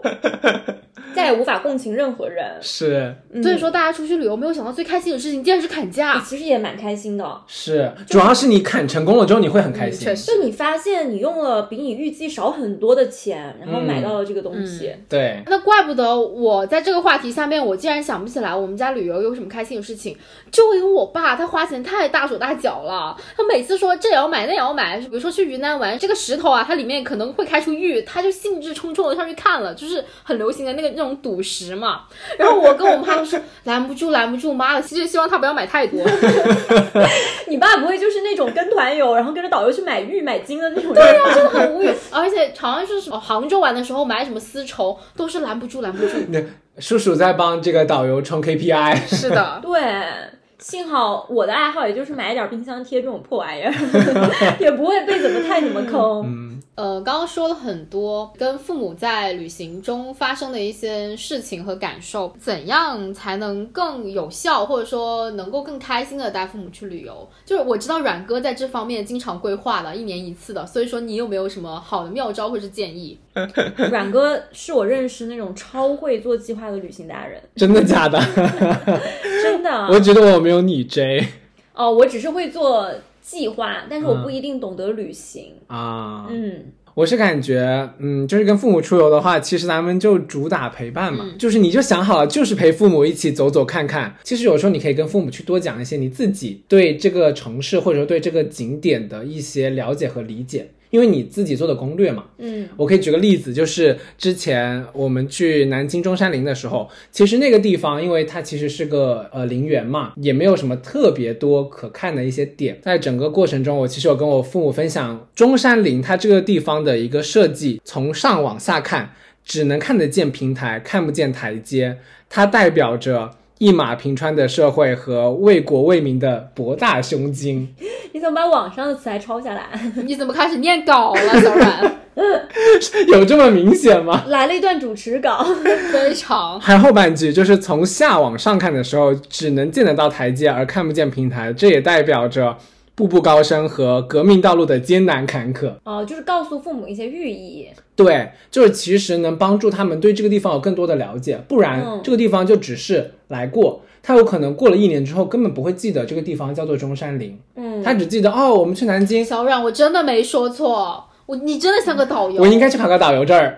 Speaker 1: 再也无法共情任何人。
Speaker 3: 是
Speaker 2: 所以说，大家出去旅游，没有想到最开心的事情竟然是砍 价。
Speaker 1: 哎其实也蛮开心的。
Speaker 3: 是，主要是你砍成功了之后，你会很开心。
Speaker 2: 确实，
Speaker 1: 就你发现你用了比你预计少很多的钱，然后买到了这个东西，
Speaker 3: 对，
Speaker 2: 那怪不得我在这个话题下面，我竟然想不起来我们家旅游有什么开心的事情，就因为我爸他花钱太大手大脚了，他每次说这也要买那也要买，比如说去云南玩，这个石头啊，它里面可能会开出玉，他就兴致冲冲的上去看了，就是很流行的那个那种赌石嘛。然后我跟我妈就说拦不住拦不住，妈的，其实希望他不要买太多。
Speaker 1: 你爸不会就是那种跟团游，然后跟着导游去买玉买金的那种人吧？
Speaker 2: 真的很无语。而且好像是什么杭州玩的时候买什么丝绸，都是拦不住，拦不住。
Speaker 3: 那叔叔在帮这个导游冲 KPI，
Speaker 2: 是的，
Speaker 1: 对，幸好我的 爱好也就是买点冰箱贴这种破玩意儿，也不会被怎么太怎么坑。
Speaker 3: 嗯，
Speaker 2: 呃，刚刚说了很多跟父母在旅行中发生的一些事情和感受，怎样才能更有效，或者说能够更开心的带父母去旅游？就是我知道阮哥在这方面经常规划的，一年一次的，所以说你有没有什么好的妙招或者建议？
Speaker 1: 阮哥是我认识那种超会做计划的旅行达 人，
Speaker 3: 真的假的？
Speaker 1: 真的。
Speaker 3: 我觉得我没有你 J
Speaker 1: 哦，我只是会做计划，但是我
Speaker 3: 嗯
Speaker 1: 不一定懂得旅行。
Speaker 3: 啊。
Speaker 1: 嗯，
Speaker 3: 我是感觉，嗯，就是跟父母出游的话，其实咱们就主打陪伴嘛，就是你就想好了，就是陪父母一起走走看看。其实有时候你可以跟父母去多讲一些你自己对这个城市或者说对这个景点的一些了解和理解，因为你自己做的攻略嘛。
Speaker 1: 嗯，
Speaker 3: 我可以举个例子，就是之前我们去南京中山陵的时候，其实那个地方，因为它其实是个呃陵园嘛，也没有什么特别多可看的一些点。在整个过程中，我其实有跟我父母分享中山陵它这个地方的一个设计，从上往下看，只能看得见平台，看不见台阶，它代表着。一马平川的社会和为国为民的博大胸襟，
Speaker 1: 你怎么把网上的词还抄下来？
Speaker 2: 你怎么开始念稿了，小阮？
Speaker 3: 有这么明显吗？
Speaker 1: 来了一段主持稿，
Speaker 2: 非常
Speaker 3: 还有后半句，就是从下往上看的时候，只能见得到台阶，而看不见平台。这也代表着步步高升和革命道路的艰难坎坷。
Speaker 1: 哦，就是告诉父母一些寓意。
Speaker 3: 对，就是其实能帮助他们对这个地方有更多的了解，不然
Speaker 1: 嗯
Speaker 3: 这个地方就只是来过。他有可能过了一年之后，根本不会记得这个地方叫做中山陵，
Speaker 1: 嗯，
Speaker 3: 他只记得哦，我们去南京，
Speaker 2: 小阮，我真的没说错，我你真的像个导游。
Speaker 3: 我应该去考个导 游证儿。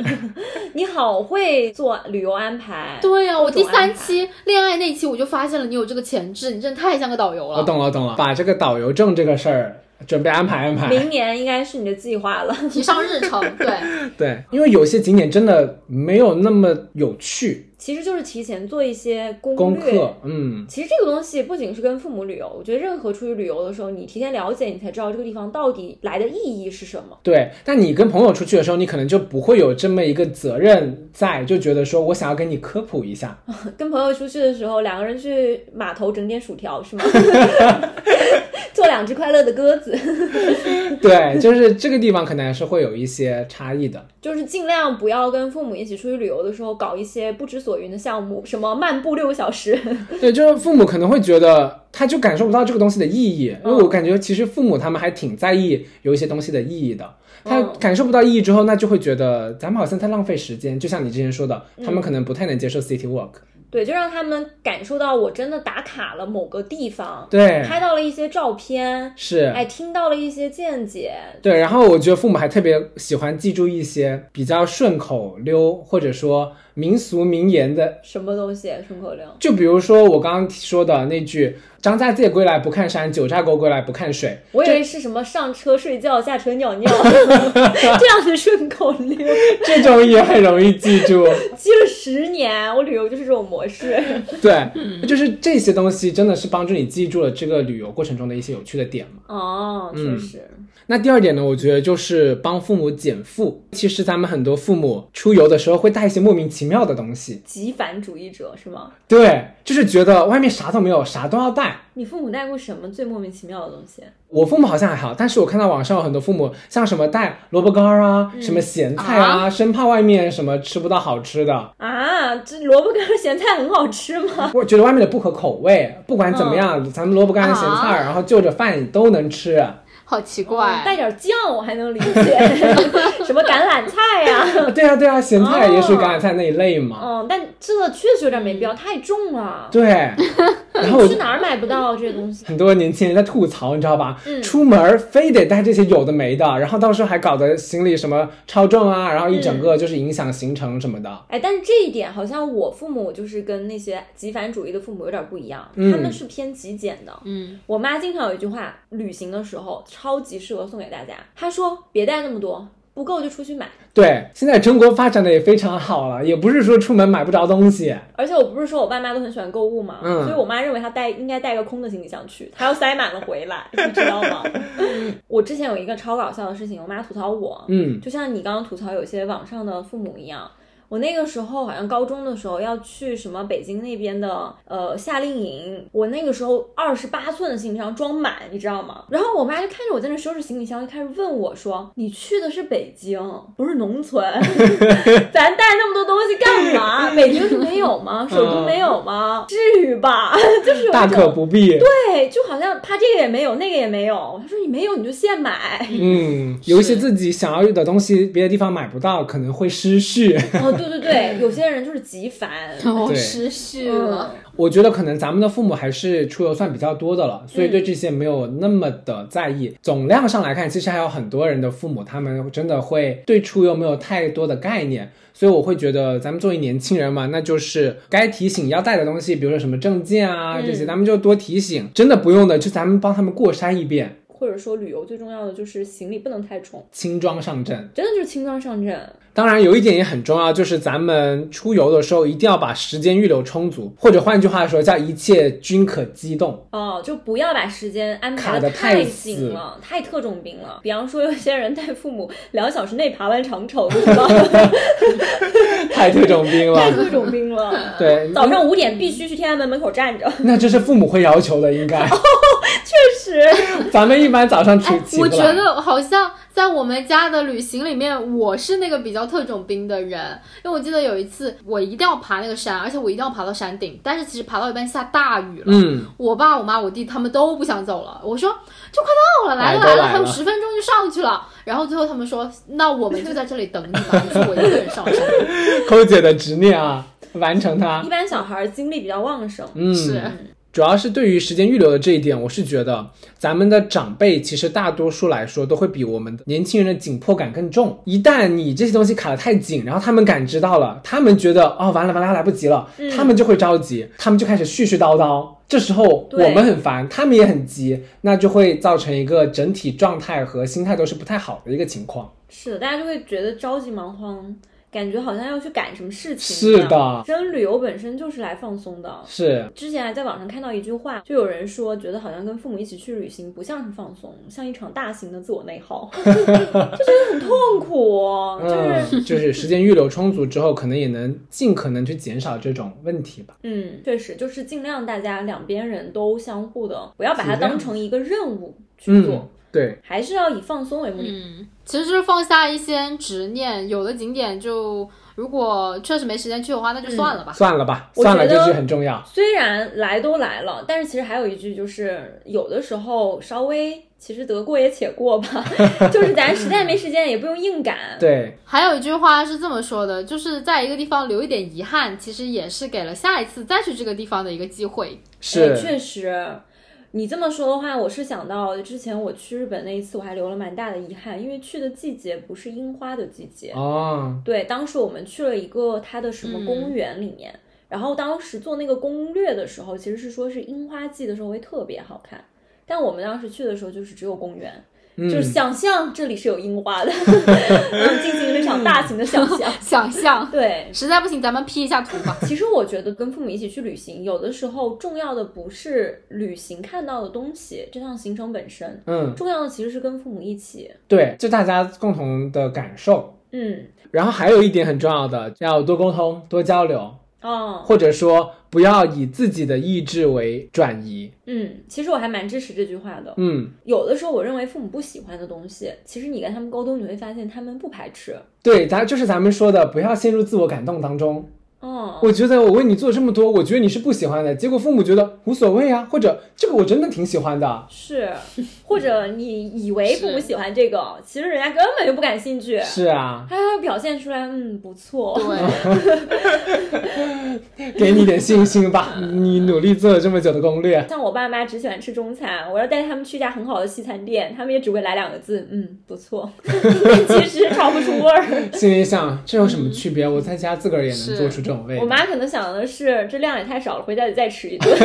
Speaker 1: 你好会做旅游安排。
Speaker 2: 对呀、我第
Speaker 1: 种安
Speaker 2: 三
Speaker 1: 排
Speaker 2: 期恋爱那期我就发现了你有这个潜质，你真的太像个导游
Speaker 3: 我
Speaker 2: 了。
Speaker 3: 懂了，我懂了，把这个导游证这个事儿准备安排安排。
Speaker 1: 明年应该是你的计划了。
Speaker 2: 提上日程，对，
Speaker 3: 对，因为有些景点真的没有那么有趣，
Speaker 1: 其实就是提前做一些攻
Speaker 3: 功
Speaker 1: 略。
Speaker 3: 课，嗯，
Speaker 1: 其实这个东西不仅是跟父母旅游，我觉得任何出去旅游的时候，你提前了解，你才知道这个地方到底来的意义是什么。
Speaker 3: 对。但你跟朋友出去的时候，你可能就不会有这么一个责任在，就觉得说我想要跟你科普一 下，
Speaker 1: 跟朋友出去的时候，两个人去码头整点薯条是吗？ 做两只快乐的鸽子，
Speaker 3: 对，就是这个地方可能还是会有一些差异的。
Speaker 1: 就是尽量不要跟父母一起出去旅游的时候搞一些不知所云的项目，什么漫步六个小时。
Speaker 3: 对，就是父母可能会觉得他就感受不到这个东西的意义，因为
Speaker 1: 嗯
Speaker 3: 我感觉其实父母他们还挺在意有一些东西的意义的。他
Speaker 1: 嗯
Speaker 3: 感受不到意义之后，那就会觉得咱们好像在浪费时间。就像你之前说的，他
Speaker 1: 嗯
Speaker 3: 们可能不太能接受 city walk。
Speaker 1: 对，就让他们感受到我真的打卡了某个地方，
Speaker 3: 对，
Speaker 1: 拍到了一些照片，
Speaker 3: 是。
Speaker 1: 哎，听到了一些见解，
Speaker 3: 对，然后我觉得父母还特别喜欢记住一些比较顺口溜，或者说民俗名言的，
Speaker 1: 什么东西顺口溜？
Speaker 3: 就比如说我刚刚说的那句“张家界归来不看山，九寨沟归来不看水
Speaker 1: 我以为是什么上车睡觉，下车尿 尿这样的顺口溜，”，
Speaker 3: 这种也很容易记住。
Speaker 1: 记了十年，我旅游就是这种模式。
Speaker 3: 对，就是这些东西真的是帮助你记住了这个旅游过程中的一些有趣的点嘛。
Speaker 1: 哦，
Speaker 3: 嗯
Speaker 1: 确实，
Speaker 3: 那第二点呢，我觉得就是帮父母减负。其实咱们很多父母出游的时候会带一些莫名其妙的东西，
Speaker 1: 极反主义者是吗？
Speaker 3: 对，就是觉得外面啥都没有，啥都要带。
Speaker 1: 你父母带过什么最莫名其妙的东西？
Speaker 3: 我父母好像还好，但是我看到网上有很多父母，像什么带萝卜干儿啊，什
Speaker 1: 嗯
Speaker 3: 么咸菜啊，生怕外面什么吃不到好吃 的，
Speaker 1: 啊，这萝卜干咸菜很好吃吗？
Speaker 3: 我觉得外面的不合口味。不管
Speaker 1: 嗯
Speaker 3: 怎么样，咱们萝卜干
Speaker 1: 啊
Speaker 3: 儿、咸菜儿，然后就着饭都 能吃。
Speaker 2: 好奇
Speaker 1: 嗯带
Speaker 2: 怪。
Speaker 1: 点酱我还能理 解，什么橄榄菜呀、
Speaker 3: 对啊，对啊，咸菜
Speaker 1: 哦
Speaker 3: 也属于橄榄菜那一类嘛。
Speaker 1: 嗯，但这确实有点没必要，太重了。
Speaker 3: 嗯对，然后我
Speaker 1: 去哪儿买不到这些东西？
Speaker 3: 很多年轻人在吐槽，你知道吧？
Speaker 1: 嗯
Speaker 3: 出门儿非得带这些有的没的，然后到时候还搞得行李什么超重啊，然后一
Speaker 1: 嗯
Speaker 3: 整个就是影响行程什么的。
Speaker 1: 哎，但是这一点好像我父母就是跟那些极繁主义的父母有点不一样，
Speaker 3: 嗯
Speaker 1: 他们是偏极简的。
Speaker 2: 嗯，
Speaker 1: 我妈经常有一句话，旅行的时候超级适合送给大家，她说别带那么多，不够就出去买。
Speaker 3: 对，现在中国发展的也非常好了，也不是说出门买不着东西。
Speaker 1: 而且我不是说我爸妈都很喜欢购物嘛，
Speaker 3: 嗯
Speaker 1: 所以我妈认为她带应该带个空的行李箱去，她要塞满了回来，你知道吗？ 我之前有一个超搞笑的事情，我妈吐槽我，
Speaker 3: 嗯
Speaker 1: 就像你刚刚吐槽有些网上的父母一样，我那个时候好像高中的时候要去什么北京那边的呃夏令营，我那个时候二十八寸的行李箱装满，你知道吗？然后我妈就看着我在那收拾行李箱，就开始问我说：“你去的是北京，不是农村， 咱带那么多东西干 嘛？北京是没有吗？首都没有吗？至于吧？ 就是有一
Speaker 3: 嗯大
Speaker 1: 种
Speaker 3: 可不必。
Speaker 1: 对，就好像他这个也没有，那个也没有。他说你没有你就现买。
Speaker 3: 嗯，有一些自己想要的东西，别的地方买不到，可能会失序。
Speaker 1: 哦，对对对， 有些人就是极烦。
Speaker 2: 我
Speaker 3: 对
Speaker 2: 哦失序了
Speaker 1: 嗯。，
Speaker 3: 我觉得可能咱们的父母还是出游算比较多的了，所以对这些没有那么的在意。总量上来看，其实还有很多人的父母，他们真的会对出游没有太多的概念。所以我会觉得，咱们作为年轻人嘛，那就是该提醒要带的东西，比如说什么证件啊
Speaker 1: 嗯
Speaker 3: 这些，咱们就多提醒。真的不用的，就咱们帮他们过筛一遍，
Speaker 1: 或者说旅游最重要的就是行李不能太重，
Speaker 3: 轻装上阵。
Speaker 1: 真的就是轻装上阵。
Speaker 3: 当然，有一点也很重要，就是咱们出游的时候一定要把时间预留充足，或者换句话说，叫一切均可机动。
Speaker 1: 哦，就不要把时间安排
Speaker 3: 卡得
Speaker 1: 的
Speaker 3: 太死
Speaker 1: 紧了，太特种兵了。比方说，有些人带父母两小时内爬完长城，是 吧
Speaker 3: 太特种兵
Speaker 1: 太
Speaker 3: 了，
Speaker 1: 特种兵了。
Speaker 3: 对，
Speaker 1: 早上五点必须去天安门门口站着，
Speaker 3: 那这是父母会要求的，应该。
Speaker 1: 是
Speaker 3: 咱们一般早上起起不
Speaker 2: 哎我
Speaker 3: 来
Speaker 2: 觉得好像在我们家的旅行里面，我是那个比较特种兵的人，因为我记得有一次我一定要爬那个山，而且我一定要爬到山顶，但是其实爬到一半下大雨了，
Speaker 3: 嗯，
Speaker 2: 我爸、我妈、我弟他们都不想走了，我说就快到了，来了
Speaker 3: 来都
Speaker 2: 了，
Speaker 3: 来
Speaker 2: 还有
Speaker 3: 了
Speaker 2: 十分钟就上
Speaker 3: 哎
Speaker 2: 去了，然后最后他们说，那我们就在这里等你吧，我说我一个人上山，
Speaker 3: 抠姐的执念啊，完成它
Speaker 1: 一。般小孩精力比较旺盛，
Speaker 3: 嗯，
Speaker 2: 是
Speaker 3: 主要是对于时间预留的这一点，我是觉得咱们的长辈其实大多数来说都会比我们的年轻人的紧迫感更重。一旦你这些东西卡得太紧，然后他们感知到了，他们觉得哦完了完了来不及了，
Speaker 2: 嗯
Speaker 3: 他们就会着急，他们就开始絮絮叨叨。这时候
Speaker 1: 对
Speaker 3: 我们很烦，他们也很急，那就会造成一个整体状态和心态都是不太好的一个情况。
Speaker 1: 是的，大家就会觉得着急忙慌，感觉好像要去赶什么事情一
Speaker 3: 是
Speaker 1: 样。
Speaker 3: 的，
Speaker 1: 真旅游本身就是来放松的。
Speaker 3: 是
Speaker 1: 之前还在网上看到一句话，就有人说，觉得好像跟父母一起去旅行不像是放松，像一场大型的自我内耗， 就觉得很痛苦、哦就是。
Speaker 3: 嗯，就是时间预留充足之后，可能也能尽可能去减少这种问题吧。
Speaker 1: 嗯，确实，就是尽量大家两边人都相互的，不要把它当成一个任务去做，
Speaker 3: 嗯，对，
Speaker 1: 还是要以放松为目的。
Speaker 2: 嗯，其实就是放下一些执念，有的景点就如果确实没时间去的话，那就算了吧。
Speaker 3: 算了吧，
Speaker 1: 我
Speaker 3: 算了
Speaker 1: 觉
Speaker 3: 这
Speaker 1: 得
Speaker 3: 句很重要。
Speaker 1: 虽然来都来了，但是其实还有一句，就是有的时候稍微其实得过也且过吧， 就是咱实在没时间也不用硬赶。
Speaker 3: 对，
Speaker 2: 还有一句话是这么说的，就是在一个地方留一点遗憾，其实也是给了下一次再去这个地方的一个机会。
Speaker 1: 哎
Speaker 3: 是，
Speaker 1: 确实。你这么说的话，我是想到之前我去日本那一次，我还留了蛮大的遗憾，因为去的季节不是樱花的季节。
Speaker 3: 哦，
Speaker 1: 对，当时我们去了一个它的什么
Speaker 3: 嗯
Speaker 1: 公园里面，然后当时做那个攻略的时候，其实是说是樱花季的时候会特别好看，但我们当时去的时候就是只有公园，就是
Speaker 3: 嗯，
Speaker 1: 想象这里是有樱花 的，然后进行了一场大型的想象。
Speaker 2: 想象，
Speaker 1: 对，
Speaker 2: 实在不行咱们 P 一下图吧。
Speaker 1: 其实我觉得跟父母一起去旅行，有的时候重要的不是旅行看到的东西，这趟行程本身，
Speaker 3: 嗯，
Speaker 1: 重要的其实是跟父母一起。
Speaker 3: 对，就大家共同的感受。
Speaker 1: 嗯，
Speaker 3: 然后还有一点很重要的，要多沟通、多交流，
Speaker 1: 哦，
Speaker 3: 或者说不要以自己的意志为转移。
Speaker 1: 嗯，其实我还蛮支持这句话的。
Speaker 3: 嗯，
Speaker 1: 有的时候，我认为父母不喜欢的东西，其实你跟他们沟通，你会发现他们不排斥。
Speaker 3: 对，咱就是咱们说的，不要陷入自我感动当中。
Speaker 1: 哦，
Speaker 3: 我觉得我为你做这么多，我觉得你是不喜欢的，结果父母觉得无所谓啊，或者这个我真的挺喜欢的。
Speaker 1: 是，或者你以为父母喜欢这个，其实人家根本就不感兴趣，
Speaker 3: 是啊，
Speaker 1: 他要表现出来，嗯，不错。
Speaker 2: 对，
Speaker 3: 给你点信心吧，你努力做了这么久的攻略。
Speaker 1: 像我爸妈只喜欢吃中餐，我要带他们去一家很好的西餐店，他们也只会来两个字，嗯，不错。 其实尝不出味儿。
Speaker 3: 心里想，这有什么区别？我在家自个儿也能
Speaker 2: 是
Speaker 3: 做出这种味道。
Speaker 1: 我妈可能想的是，这量也太少了，回家得再吃一顿。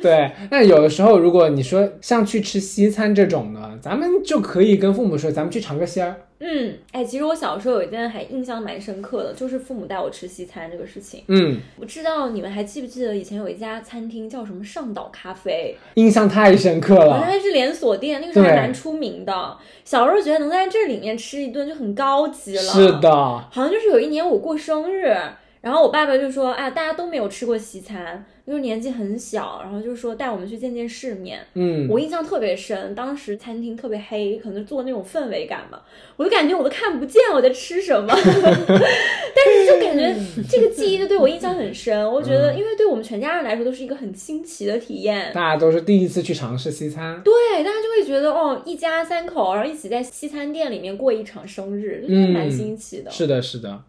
Speaker 3: 对，那有的时候如果你说像去吃西餐这种呢，咱们就可以跟父母说，咱们去尝个鲜儿，
Speaker 1: 嗯，哎，其实我小时候有一件还印象蛮深刻的，就是父母带我吃西餐这个事情。
Speaker 3: 嗯，
Speaker 1: 我不知道你们还记不记得以前有一家餐厅叫什么上岛咖啡，
Speaker 3: 印象太深刻
Speaker 1: 好像
Speaker 3: 了。
Speaker 1: 还是连锁店，那个时候还
Speaker 3: 对
Speaker 1: 蛮出名的。小时候觉得能在这里面吃一顿就很高级了。
Speaker 3: 是的，
Speaker 1: 好像就是有一年我过生日，然后我爸爸就说：“啊，大家都没有吃过西餐，因为年纪很小，然后就说带我们去见见世面。”
Speaker 3: 嗯，
Speaker 1: 我印象特别深，当时餐厅特别黑，可能做那种氛围感吧，我就感觉我都看不见我在吃什么，但 是就感觉
Speaker 3: 嗯
Speaker 1: 这个记忆就对我印象很深。我觉得，因为对我们全家人来说都是一个很新奇的体验，
Speaker 3: 大家都是第一次去尝试西餐。
Speaker 1: 对，大家就会觉得哦，一家三口，然后一起在西餐店里面过一场生日，就觉得蛮
Speaker 3: 嗯
Speaker 1: 新奇的。
Speaker 3: 是的，是的。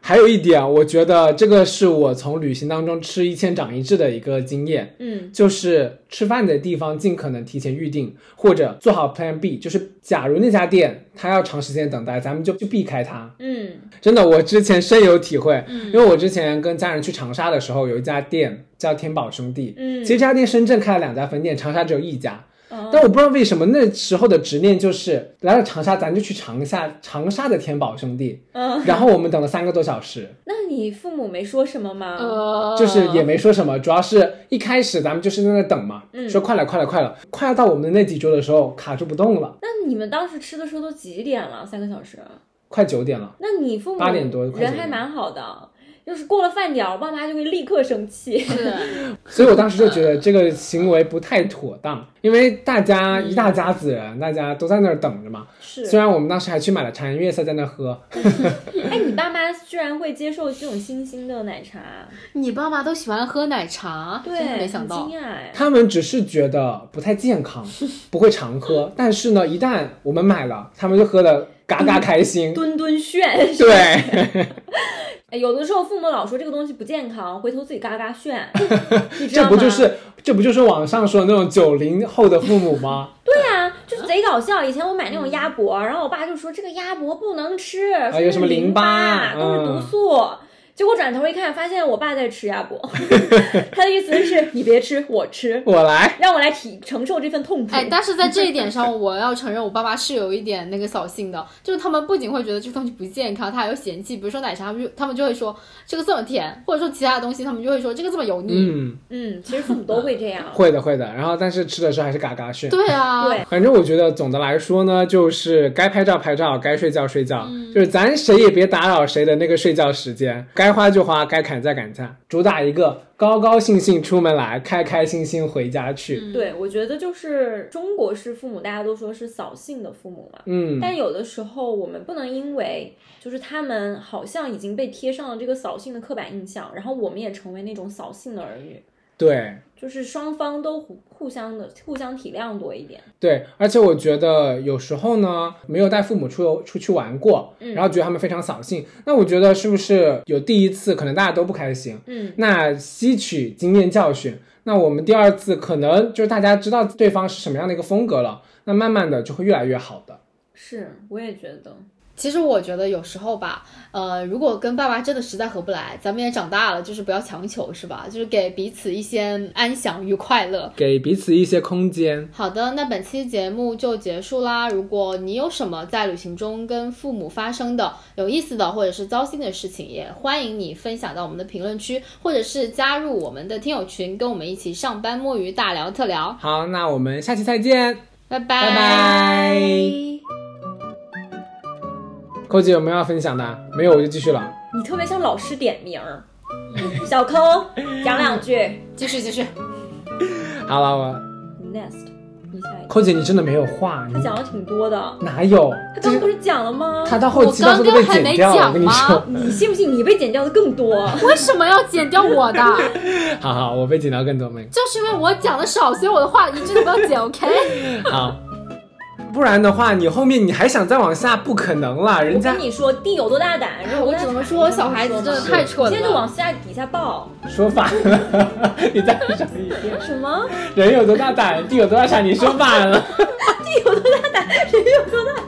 Speaker 3: 还有一点，我觉得这个是我从旅行当中吃一堑长一智的一个经验，
Speaker 1: 嗯
Speaker 3: 就是吃饭的地方尽可能提前预定，或者做好 Plan B，就是假如那家店它要长时间等待，咱们就就避开它。
Speaker 1: 嗯
Speaker 3: 真的，我之前深有体会，因为我之前跟家人去长沙的时候，有一家店叫天宝兄弟，
Speaker 1: 嗯，
Speaker 3: 其实这家店深圳开了两家分店，长沙只有一家。
Speaker 1: 哦
Speaker 3: 但我不知道为什么那时候的执念就是来了长沙，咱就去尝一下长沙的天宝兄弟。
Speaker 1: 嗯，
Speaker 3: 然后我们等了三个多小时，
Speaker 1: 那你父母没说什么吗？
Speaker 2: 呃，
Speaker 1: 哦
Speaker 3: 就是也没说什么，主要是一开始咱们就是在那等嘛，
Speaker 1: 嗯
Speaker 3: 说快了快了快了，快要到我们的那几桌的时候卡住不动了，
Speaker 1: 那你们当时吃的时候都几点了？三个小时？
Speaker 3: 快九点了。
Speaker 1: 那你父母
Speaker 3: 八点多快
Speaker 1: 人
Speaker 3: 九
Speaker 1: 还
Speaker 3: 点
Speaker 1: 蛮好的，就是过了饭点儿，我爸妈就会立刻生气。
Speaker 2: 是
Speaker 3: 所以我当时就觉得这个行为不太妥当，因为大家一大家子人，大家都在那儿等着嘛。虽
Speaker 1: 嗯是，
Speaker 3: 然我们当时还去买了茶颜悦色在那喝，
Speaker 1: 哎，你爸妈居然会接受这种新兴的奶茶，
Speaker 2: 你爸妈都喜欢喝奶茶，
Speaker 1: 对，
Speaker 2: 真的没想
Speaker 1: 很
Speaker 2: 到
Speaker 1: 惊。讶哎。
Speaker 3: 他们只是觉得不太健 康，不会常喝。但是呢，一旦我们买了，他们就喝的嘎嘎开心。
Speaker 1: 顿顿炫，是吧
Speaker 3: 对，
Speaker 1: 哎有的时候父母老说这个东西不健康，回头自己嘎嘎 炫，你知道
Speaker 3: 这
Speaker 1: 吗？
Speaker 3: 不就是这不就是网上说的那种九零后的父母吗？
Speaker 1: 对啊，就是贼搞笑。以前我买那种鸭脖，然后我爸就说这个鸭脖不能吃，说
Speaker 3: 嗯啊有什么
Speaker 1: 是淋
Speaker 3: 淋巴
Speaker 1: 都是毒
Speaker 3: 嗯
Speaker 1: 素。结果转头一看，发现我爸在吃鸭脖， 他的意思是你别吃，我吃，
Speaker 3: 我来，
Speaker 1: 让我来体承受这份痛苦。
Speaker 2: 哎，但是在这一点上，我要承认我爸妈是有一点那个扫兴的，就是他们不仅会觉得这东西不健康，他还有嫌弃，比如说奶茶，他们就他们就会说这个这么甜，或者说其他的东西，他们就会说这个这么油腻。
Speaker 3: 嗯，
Speaker 1: 嗯，其实父母都会这样。
Speaker 3: 会的会的。然后但是吃的时候还是嘎嘎炫。
Speaker 2: 对啊，
Speaker 1: 对，
Speaker 3: 反正我觉得总的来说呢，就是该拍照拍照，该睡觉睡觉，就是咱谁也别打扰谁的那个睡觉时间，该花就花，该砍价砍价，主打一个高高兴兴出门来，开开心心回家去。
Speaker 1: 对，我觉得就是中国式父母，大家都说是扫兴的父母嘛。
Speaker 3: 嗯，
Speaker 1: 但有的时候，我们不能因为就是他们好像已经被贴上了这个扫兴的刻板印象，然后我们也成为那种扫兴的儿女。
Speaker 3: 对
Speaker 1: 就是双方都互互相的互相体谅多一点。
Speaker 3: 对，而且我觉得有时候呢，没有带父母出游出去玩过，
Speaker 1: 嗯
Speaker 3: 然后觉得他们非常扫兴，那我觉得是不是有第一次可能大家都不开心，
Speaker 1: 嗯，
Speaker 3: 那吸取经验教训，那我们第二次可能就是大家知道对方是什么样的一个风格了，那慢慢的就会越来越好的。
Speaker 1: 是，我也觉得，
Speaker 2: 其实我觉得有时候吧，呃，如果跟爸妈真的实在合不来，咱们也长大了，就是不要强求，是吧？就是给彼此一些安详与快乐。
Speaker 3: 给彼此一些空间。
Speaker 2: 好的，那本期节目就结束啦。如果你有什么在旅行中跟父母发生的有意思的或者是糟心的事情，也欢迎你分享到我们的评论区，或者是加入我们的听友群，跟我们一起上班摸鱼大聊特聊。
Speaker 3: 好，那我们下期再见，
Speaker 2: 拜拜
Speaker 3: 拜拜。寇姐有没有要分享的？啊没有，我就继续了。
Speaker 1: 你特别像老师点名儿，小抠讲两句
Speaker 2: 继续继续，
Speaker 3: 好了，我
Speaker 1: ，next，你下一个。
Speaker 3: 寇姐，你真的没有话，你
Speaker 1: 他讲了挺多的，
Speaker 3: 哪有？
Speaker 1: 他
Speaker 3: 这
Speaker 1: 刚
Speaker 3: 个
Speaker 1: 不是讲了吗？
Speaker 3: 他到后期到时候都被剪掉了，我跟你说。
Speaker 1: 你信不信你被剪掉的更多？
Speaker 2: 为什么要剪掉我的？
Speaker 3: 好好，我被剪掉更多没？
Speaker 2: 就是因为我讲的少，所以我的话一句都不要剪，OK？
Speaker 3: 好，不然的话，你后面你还想再往下，不可能了，人
Speaker 1: 我
Speaker 3: 家
Speaker 1: 跟你说，地有多大胆，然后
Speaker 2: 我
Speaker 1: 跟他
Speaker 2: 只能
Speaker 1: 谈
Speaker 2: 说
Speaker 1: 一下
Speaker 2: 小孩子
Speaker 1: 说
Speaker 2: 真的
Speaker 1: 嘛
Speaker 2: 太蠢了。
Speaker 1: 你现在就往下底下报
Speaker 3: 说反了， 你再说一遍。
Speaker 1: 什么？
Speaker 3: 人有多大胆，地有多大产，你说反了。
Speaker 1: 地有多大胆，人有多大胆？